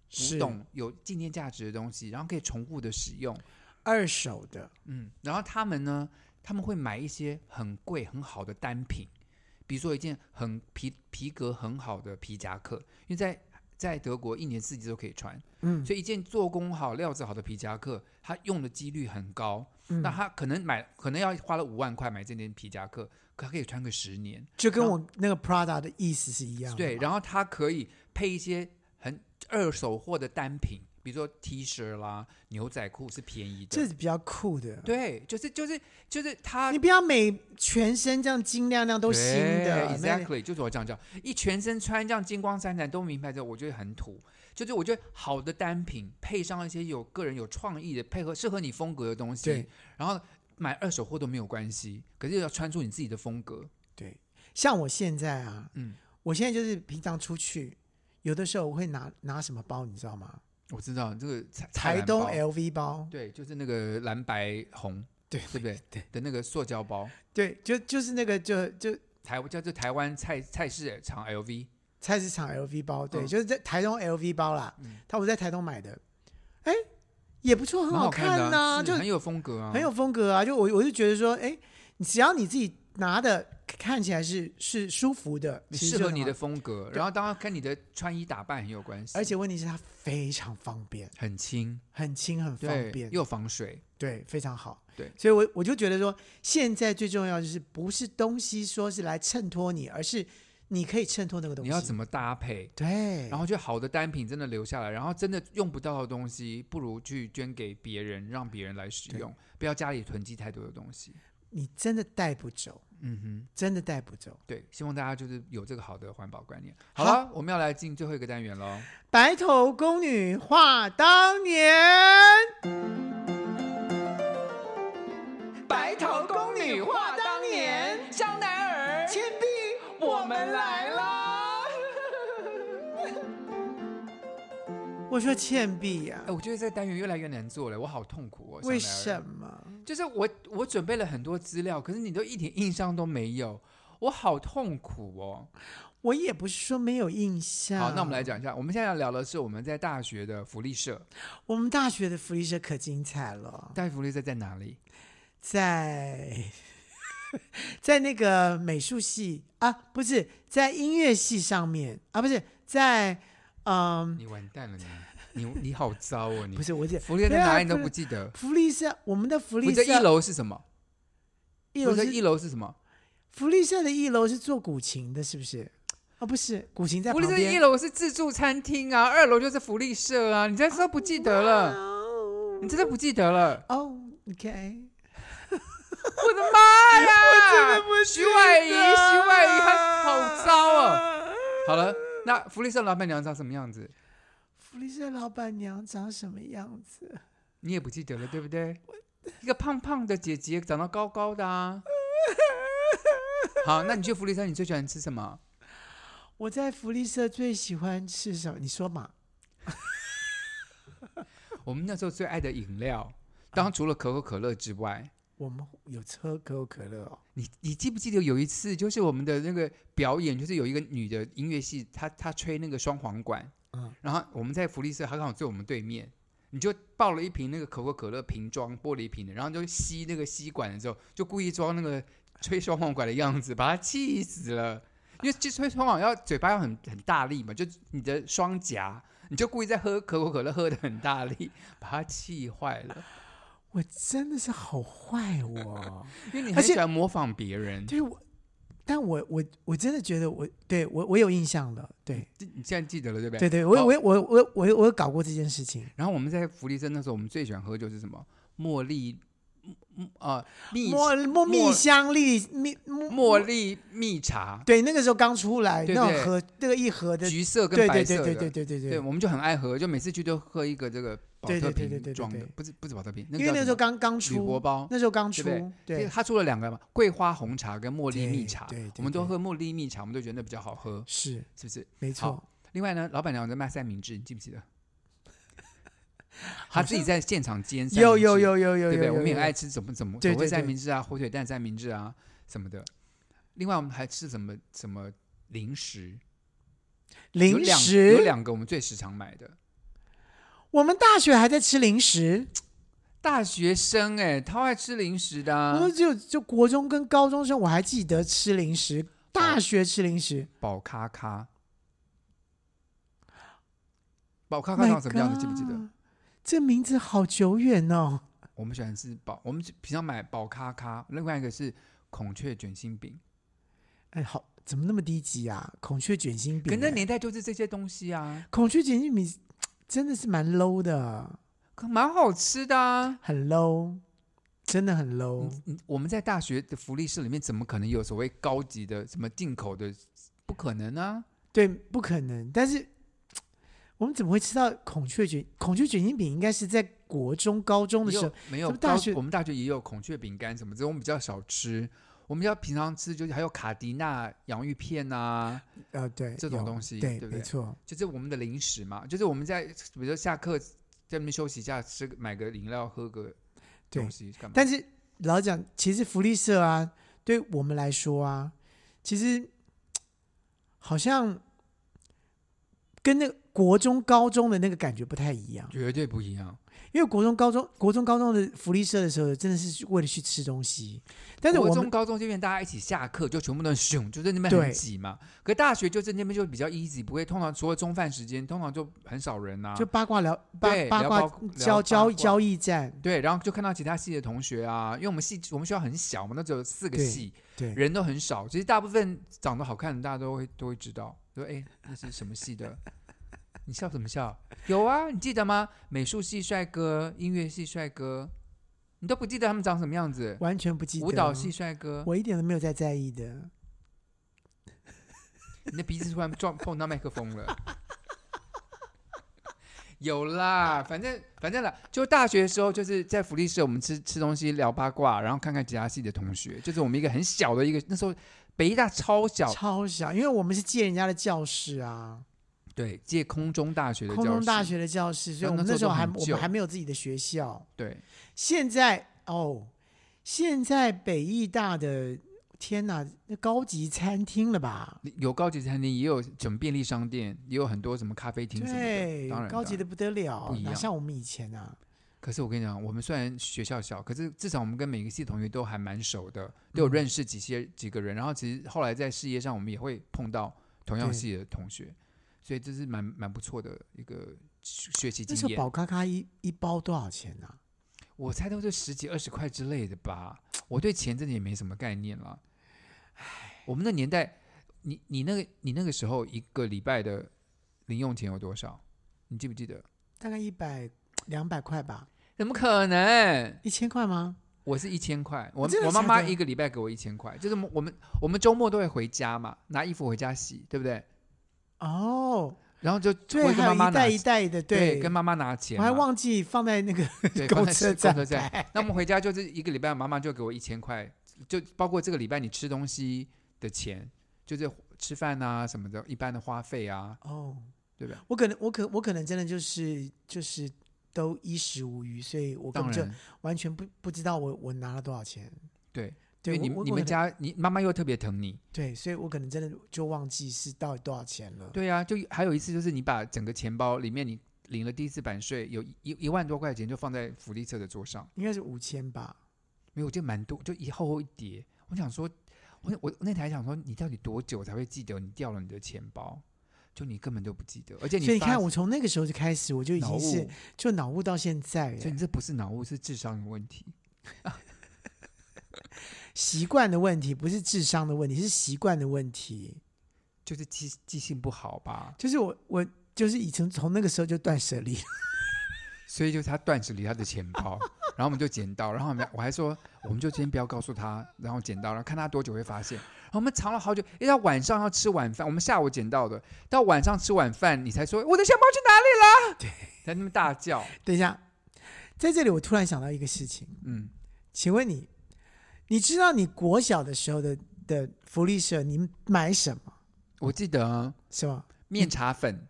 S1: 是
S2: 古董有纪念价值的东西，然后可以重复的使用。
S1: 二手的，
S2: 嗯，然后他们呢，他们会买一些很贵很好的单品，比如说一件很皮皮革很好的皮夹克，因为在在德国一年四季都可以穿，
S1: 嗯，
S2: 所以一件做工好、料子好的皮夹克，它用的几率很高。
S1: 嗯
S2: 那他可能买，可能要花了五万块买这件皮夹克，可他可以穿个十年。
S1: 就跟我那个 Prada 的意思是一样的。
S2: 对，然后它可以配一些很二手货的单品，比如说 T 恤啦、牛仔裤是便宜
S1: 这
S2: 的。
S1: 是比较酷的。
S2: 对，啊就是就是就是它
S1: 你不要每全身这样金亮亮都新的
S2: 对
S1: 那个
S2: ，exactly 就是我这样讲，一全身穿这样金光闪闪都名牌的，我觉得很土。就是我觉得好的单品配上一些有个人有创意的配合适合你风格的东西
S1: 对，
S2: 然后买二手货都没有关系，可是要穿出你自己的风格。
S1: 对，像我现在啊，
S2: 嗯，
S1: 我现在就是平常出去，有的时候我会拿拿什么包，你知道吗？
S2: 我知道这个菜菜
S1: 台
S2: 篮
S1: 东
S2: 包
S1: LV 包，
S2: 对，就是那个蓝白红，
S1: 对
S2: 对不对？对的那个塑胶包，
S1: 对，就就是那个就就
S2: 台叫做台湾菜菜市场 LV，
S1: 菜市场 LV 包，对，
S2: 嗯
S1: 就是在台东 LV 包啦
S2: 嗯，
S1: 他、我在台东买的，哎，也不错，很
S2: 蛮好
S1: 看
S2: 的
S1: 呐、
S2: 啊，是
S1: 就
S2: 很有风格啊，
S1: 很有风格啊。就我我就觉得说，哎，你只要你自己拿的看起来是是舒服的，其实
S2: 适
S1: 就
S2: 合
S1: 很
S2: 你
S1: 好
S2: 的，风格。然后当然跟你的穿衣打扮很有关系，
S1: 而且问题是它非常方便，
S2: 很轻，
S1: 很轻很方
S2: 对
S1: 便，，
S2: 又防水，
S1: 对，非常好。
S2: 对
S1: 所以我我就觉得说，现在最重要就是不是东西说是来衬托你，而是你可以衬托那个东
S2: 你
S1: 西。
S2: 要怎
S1: 么
S2: 么搭配？
S1: 对？
S2: 然后就好的单品真的留下来，然后真的用不到的东西，不如去捐给别人，让别人来使
S1: 对
S2: 用，不要家里囤积太多的东西。
S1: 你真的带不走，
S2: 嗯哼，
S1: 真的带不走。
S2: 对，希望大家就是有这个好的环保观念。
S1: 好
S2: 好了，我们要来进最后一个单元喽。
S1: 白头宫女话当年，白头宫女我说倩碧呀、
S2: 哎，我觉得这个单元越来越难做了，我好痛苦哦。
S1: 为
S2: 香奈
S1: 什
S2: 儿？
S1: 么？
S2: 就是我我准备了很多资料，可是你都一点印象都没有，我好痛苦哦。
S1: 我也不是说没有印象。
S2: 好，那我们来，讲一下，我们现在要聊的是我们在大学的福利社，
S1: 我们大学的福利社可精彩了，
S2: 大学福利社在哪里？
S1: 在在那个美术系啊，不是在音乐系上面啊，不是在嗯，
S2: 你完蛋了你， 你你好糟哦你
S1: 不。是我讲
S2: 福利社在哪里你都
S1: 对啊
S2: 不记得？
S1: 福利社，我们的福
S2: 福
S1: 利
S2: 利社
S1: 社
S2: 一楼是什么？
S1: 一
S2: 福
S1: 楼
S2: 利社
S1: 是
S2: 一楼是什么？
S1: 福利社的一楼是做古琴的，是不是？啊，不是，古琴在
S2: 福
S1: 旁
S2: 利社
S1: 边。。
S2: 一楼是自助餐厅啊，二楼就是福利社啊。你真的都不记得了， 你真的不记得了
S1: 哦，OK。
S2: 我的妈呀！徐婉
S1: 仪，
S2: 仪，徐婉仪，她好糟哦。！好了，那福利社老板娘长什么样子？
S1: 福利社老板娘长什么样子？
S2: 你也不记得了，对不对？一个胖胖的姐姐，长得高高的 啊。好，那你去福利社，你最喜欢吃什么？
S1: 我在福利社最喜欢吃什么？你说嘛？
S2: 我们那时候最爱的饮料，当然除了可口可乐之外，
S1: 我们有喝可口可乐哦。
S2: 你你记不记得有一次，就是我们的那个表演，就是有一个女的音乐系，她她吹那个双簧管，
S1: 嗯
S2: 然后我们在福利社，她刚好坐我们对面，你就抱了一瓶那个可口可乐瓶装玻璃瓶的，然后就吸那个吸管的时候，就故意装那个吹双簧管的样子，把她气死了。因为就吹双簧要嘴巴要很很大力嘛，就你的双颊，你就故意在喝可口可乐喝的很大力，把她气坏了。
S1: 我真的是好坏 我，
S2: 因为你
S1: 而
S2: 很
S1: 且
S2: 喜欢模仿别人，
S1: 对我，但我我我真的觉得我对我我有印象了，对
S2: 你你现在记得了对嗯不
S1: 对
S2: 对？
S1: 对，我
S2: 好
S1: 我我我我有我有搞过这件事情，
S2: 然后我们在福利社那时候，我们最喜欢喝就是什么茉莉，嗯啊、蜜
S1: 茉茉蜜
S2: 茉
S1: 香粒蜜茉
S2: 茉莉蜜茶，
S1: 对，那个时候刚出来，
S2: 对
S1: 那
S2: 对
S1: 种盒那个一盒的，
S2: 橘色跟
S1: 对
S2: 白
S1: 对
S2: 色
S1: 对
S2: 的，
S1: 对对对对
S2: 对我们就很爱喝，就每次去都喝一个这个保
S1: 对对
S2: 特
S1: 对对对
S2: 瓶
S1: 对
S2: 装的
S1: 对，
S2: 不是不是保特瓶，
S1: 因为那时候
S2: 刚
S1: 刚刚
S2: 铝箔
S1: 出，
S2: 包。
S1: 那时候刚出
S2: 对不对，
S1: 对，
S2: 他出了两个嘛，桂花红茶跟茉莉
S1: 对
S2: 蜜茶
S1: 对对，
S2: 我们
S1: 对
S2: 都喝茉莉蜜茶，我们都觉得那比较好喝，
S1: 是
S2: 是不是？
S1: 没错
S2: 好。另外呢，老板娘在卖三明治，你记不记得？她自己在现场煎三
S1: 有
S2: 明
S1: 有
S2: 治
S1: 有有有，
S2: 对不对？
S1: 有
S2: 我们也
S1: 有
S2: 爱吃怎么怎么
S1: 对
S2: 所
S1: 对
S2: 谓三
S1: 对
S2: 明治啊、火腿蛋三明治啊什么的。另外，我们还吃什么什么零食？有
S1: 零
S2: 两有
S1: 食。
S2: 两个我们最时常买的。
S1: 我们大学还在吃零食，
S2: 大学生哎、超爱吃零食的、
S1: 我
S2: 啊，
S1: 说就就国中跟高中生，我还记得吃零食，大学吃零食，
S2: 宝咖咖。宝咖咖
S1: My
S2: 长什么样子？记不记得？
S1: God，这名字好久远哦。
S2: 我们喜欢吃宝，我们平常买宝咖咖，另外一个是孔雀卷心饼。
S1: 哎，好，怎么那么低级啊？孔雀卷心饼
S2: 可
S1: 哎，
S2: 那年代就是这些东西啊，
S1: 孔雀卷心饼真的是蛮 low 的，
S2: 可蛮好吃的啊。
S1: 很 low，真的很 low。
S2: 嗯我们在大学的福利社里面，怎么可能有所谓高级的什么进口的？不可能啊！
S1: 对，不可能。但是我们怎么会吃到孔雀卷？孔雀卷心饼应该是在国中、高中的
S2: 也
S1: 时
S2: 有
S1: 候，
S2: 没有
S1: 怎么大
S2: 高
S1: 学
S2: 我们大学也有孔雀饼干什么，这种我们比较少吃。我们要平常吃，就是还有卡迪娜洋芋片啊，
S1: 呃，对，
S2: 这种
S1: 有
S2: 东西
S1: 对，
S2: 对不对
S1: 没错，
S2: 就是我们的零食嘛。就是我们在比如说下课在那边休息一下，吃个买个饮料，喝个
S1: 对
S2: 东西干嘛？
S1: 但是老实讲，其实福利社啊，对我们来说啊，其实好像跟那个国中、高中的那个感觉不太一样。
S2: 绝对不一样。
S1: 因为国中、高中、国中、高中的福利社的时候，真的是为了去吃东西，但是
S2: 国
S1: 我
S2: 中、
S1: 们
S2: 高中这边大家一起下课，就全部都很凶，就在那边
S1: 对
S2: 很挤嘛。可大学就是那边就比较 easy，不会通常除了中饭时间，通常就很少人啊呐、
S1: 就八卦聊八
S2: 对
S1: 八
S2: 聊
S1: 卦
S2: 八聊
S1: 交
S2: 八
S1: 交
S2: 卦
S1: 交易站，
S2: 对，然后就看到其他系的同学啊，因为我们系我们学校很小嘛，那只有四个
S1: 对
S2: 系，
S1: 对，
S2: 人都很少。其实大部分长得好看的，大家都会都会知道，说哎，那是什么系的？ 你笑什么笑？有啊，你记得吗？美术系帅哥，音乐系帅哥，你都不记得他们长什么样子？
S1: 完全不记得
S2: 舞蹈系，帅哥，
S1: 我一点都没有在在意的。
S2: 你的鼻子突然撞碰到麦克风了。有啦，反正反正啦，就大学的时候，就是在福利社，我们吃吃东西、聊八卦，然后看看其他系的同学，就是我们一个很小的一个，那时候北医大超小，
S1: 超小，因为我们是借人家的教室啊，
S2: 对，借空中大学的教
S1: 空
S2: 室，
S1: 中大学的教室，所以
S2: 那
S1: 我们
S2: 那
S1: 那
S2: 时
S1: 时
S2: 候
S1: 候
S2: 都
S1: 还
S2: 很
S1: 我
S2: 旧
S1: 们还没有自己的学校。
S2: 对，
S1: 现在哦，现在北艺大的天哪，那高级餐厅了吧？
S2: 有高级餐厅，也有什么便利商店，也有很多什么咖啡厅什么的，
S1: 对
S2: 当然，
S1: 高级
S2: 当然
S1: 的。不得了
S2: 不一，
S1: 哪
S2: 样
S1: 像我们以前啊？
S2: 可是我跟你讲，我们虽然学校小，可是至少我们跟每个系同学都还蛮熟的，都有认识几些、几个人。然后其实后来在事业上，我们也会碰到同样
S1: 对
S2: 系的同学，所以这是蛮蛮不错的一个学学习
S1: 那
S2: 经
S1: 时候
S2: 验。
S1: 宝咖咖一一包多少钱啊？
S2: 我猜都是十几二十块之类的吧。我对钱真的也没什么概念了。我们那年代，你你那个你那个时候一个礼拜的零用钱有多少？你记不记得？
S1: 大概一百两百块吧，
S2: 怎么可能？
S1: 一千块吗？
S2: 我是一千块，我
S1: 啊真的
S2: 我妈妈
S1: 假的
S2: 一个礼拜给我一千块，就是我们我们周末都会回家嘛，拿衣服回家洗，对不对？
S1: 哦，
S2: 然后就
S1: 对，
S2: 会跟
S1: 还
S2: 妈
S1: 有一
S2: 妈拿
S1: 袋一袋的，
S2: 对，跟妈妈拿钱
S1: 我
S2: 嘛，
S1: 还忘记放在那个
S2: 对
S1: 公
S2: 放在
S1: 车
S2: 公车
S1: 站
S2: 站。那我们回家就是一个礼拜，妈妈就给我一千块，就包括这个礼拜你吃东西的钱，就是吃饭啊什么的，一般的花费啊，
S1: 哦，
S2: 对吧？
S1: 我可能我可我可能真的就是就是都衣食无余，所以我根
S2: 当
S1: 本就
S2: 然，
S1: 完全不不知道我我拿了多少钱。
S2: 对，因
S1: 对，
S2: 为你
S1: 我我
S2: 你
S1: 可
S2: 们
S1: 能
S2: 家你妈妈又特别疼你，
S1: 对，所以我可能真的就忘记是到底多少钱了。
S2: 对啊，就还有一次就是你把整个钱包里面你领了第一次版税，有一一一万多块钱就放在福利社的桌上，
S1: 应该是五千吧。
S2: 没有，就蛮多，就一厚厚一叠。我想说，我我那台想说，你到底多久才会记得你掉了你的钱包？就你根本都不记得，而且你
S1: 所以你
S2: 发
S1: 看，我从那个时候就开始，我就已
S2: 脑
S1: 经是
S2: 雾
S1: 就脑雾到现在耶，
S2: 所以你这不是脑雾，是智商有问题。
S1: 习惯的问题，不是智商的问题，是习惯的问题。
S2: 就是记记性不好吧，
S1: 就是我我就是以前从那个时候就断舍离，
S2: 所以就是他断舍离他的钱包， 然后我们就捡到，然后我们我还说我们就先不要告诉他，然后捡到，然后看他多久会发现。然后我们藏了好久，一直到晚上要吃晚饭，我们下午捡到的，到晚上吃晚饭你才说我的钱包去哪里了，对，才那么大叫，
S1: 等一下，在这里我突然想到一个事情，
S2: 嗯，
S1: 请问你，你知道你国小的时候的的福利社你买什么？
S2: 我记得啊
S1: 是吗？
S2: 面茶粉，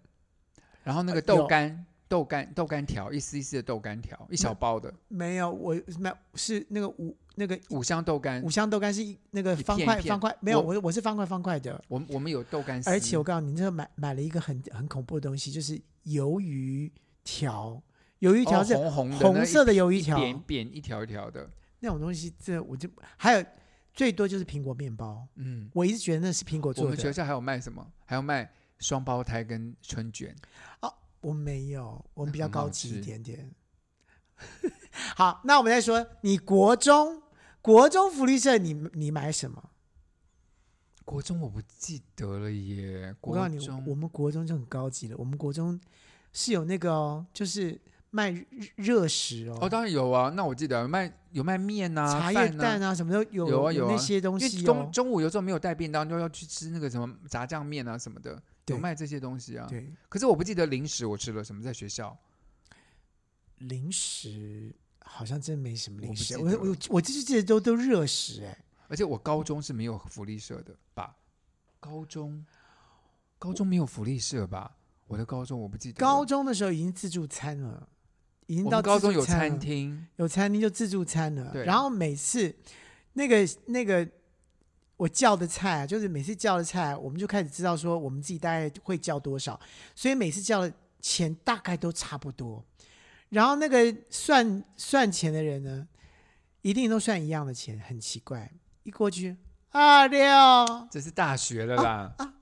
S2: 然后那个
S1: 呃
S2: 豆
S1: 有
S2: 干。豆干豆干条，一丝一丝的豆干条，一小包的
S1: 没有，我买是那个五那个
S2: 五香豆干
S1: 五。香豆干是一那个
S2: 片
S1: 方
S2: 嗯一
S1: 块
S2: 片
S1: 方块，没有，
S2: 我嗯
S1: 我我是方块方块的。
S2: 我们我们有豆干丝，
S1: 而且我告诉你，那时候买买了一个很很恐怖的东西，就是鱿鱼条，鱿鱼条
S2: 哦
S1: 是
S2: 红红的那
S1: 红
S2: 一
S1: 色的鱿鱼
S2: 一
S1: 条，
S2: 扁扁一条一条的，
S1: 那种东西，这我就还有最多就是苹果面包，
S2: 嗯，
S1: 我一直觉得那是苹果
S2: 我
S1: 做
S2: 们学
S1: 的，
S2: 校还有卖什么？还有卖双胞胎跟春卷，
S1: 我没有，我们比较
S2: 很好
S1: 高级
S2: 吃
S1: 一点点。 好，那我们再说，你国中国中福利社你你买什么？
S2: 国中我不记得了耶，
S1: 我
S2: 国
S1: 告诉你，
S2: 中
S1: 我们国中就很高级了，我们国中是有那个哦，就是卖热热食哦
S2: 哦，当然有啊，那我记得有卖有卖面啊，
S1: 茶叶
S2: 饭
S1: 蛋
S2: 啊。
S1: 啊，什么都有
S2: 有啊有啊
S1: 那些东
S2: 因为
S1: 西
S2: 中
S1: 哦。
S2: 中午有时候没有带便当，就要去吃那个什么炸酱面啊什么的，有
S1: 对
S2: 卖这些东西啊。
S1: 对，
S2: 可是我不记得零食我吃了什么，在学校
S1: 零食好像真没什么
S2: 我
S1: 零
S2: 不
S1: 食，
S2: 记
S1: 我
S2: 得
S1: 我我就是记得都都热食哎、
S2: 而且我高中是没有福利社的吧？高中高中没有福利社吧？我的高中我不记得了。
S1: 高中的时候已经自助餐了，已经
S2: 我
S1: 到
S2: 们高
S1: 自助
S2: 中有
S1: 餐
S2: 餐
S1: 了，
S2: 厅，
S1: 有餐厅就自助餐了。
S2: 对
S1: 然后每次那个那个我叫的菜、啊，就是每次叫的菜、我们就开始知道说我们自己大概会叫多少，所以每次叫的钱大概都差不多。然后那个算算钱的人呢，一定都算一样的钱，很奇怪。一过去二六，呃
S2: 这是大学了
S1: 啊
S2: 啦，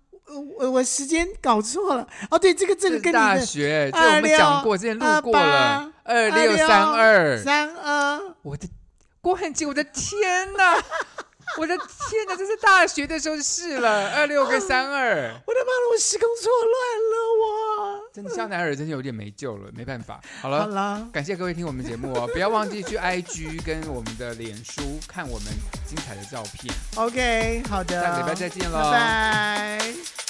S1: 我我时间搞错了。哦，对，这个这个
S2: 是
S1: 跟你
S2: 大
S1: 的
S2: 学，这我们讲过，
S1: 26
S2: 之前录过了，二六
S1: 26
S2: 三二，
S1: 啊三二。
S2: 我的郭汉吉，我的天哪，我的天哪，这是大学的时候的事了，二六跟三二，
S1: 我的妈了，我时空错乱了，
S2: 真的香奈儿真的有点没救了，没办法，好
S1: 我。好
S2: 了。
S1: 啦，
S2: 感谢各位听我们节目哦，不要忘记去 IG 跟我们的脸书看我们精彩的照片。
S1: OK，好的，
S2: 下个礼拜再见咯
S1: 拜拜。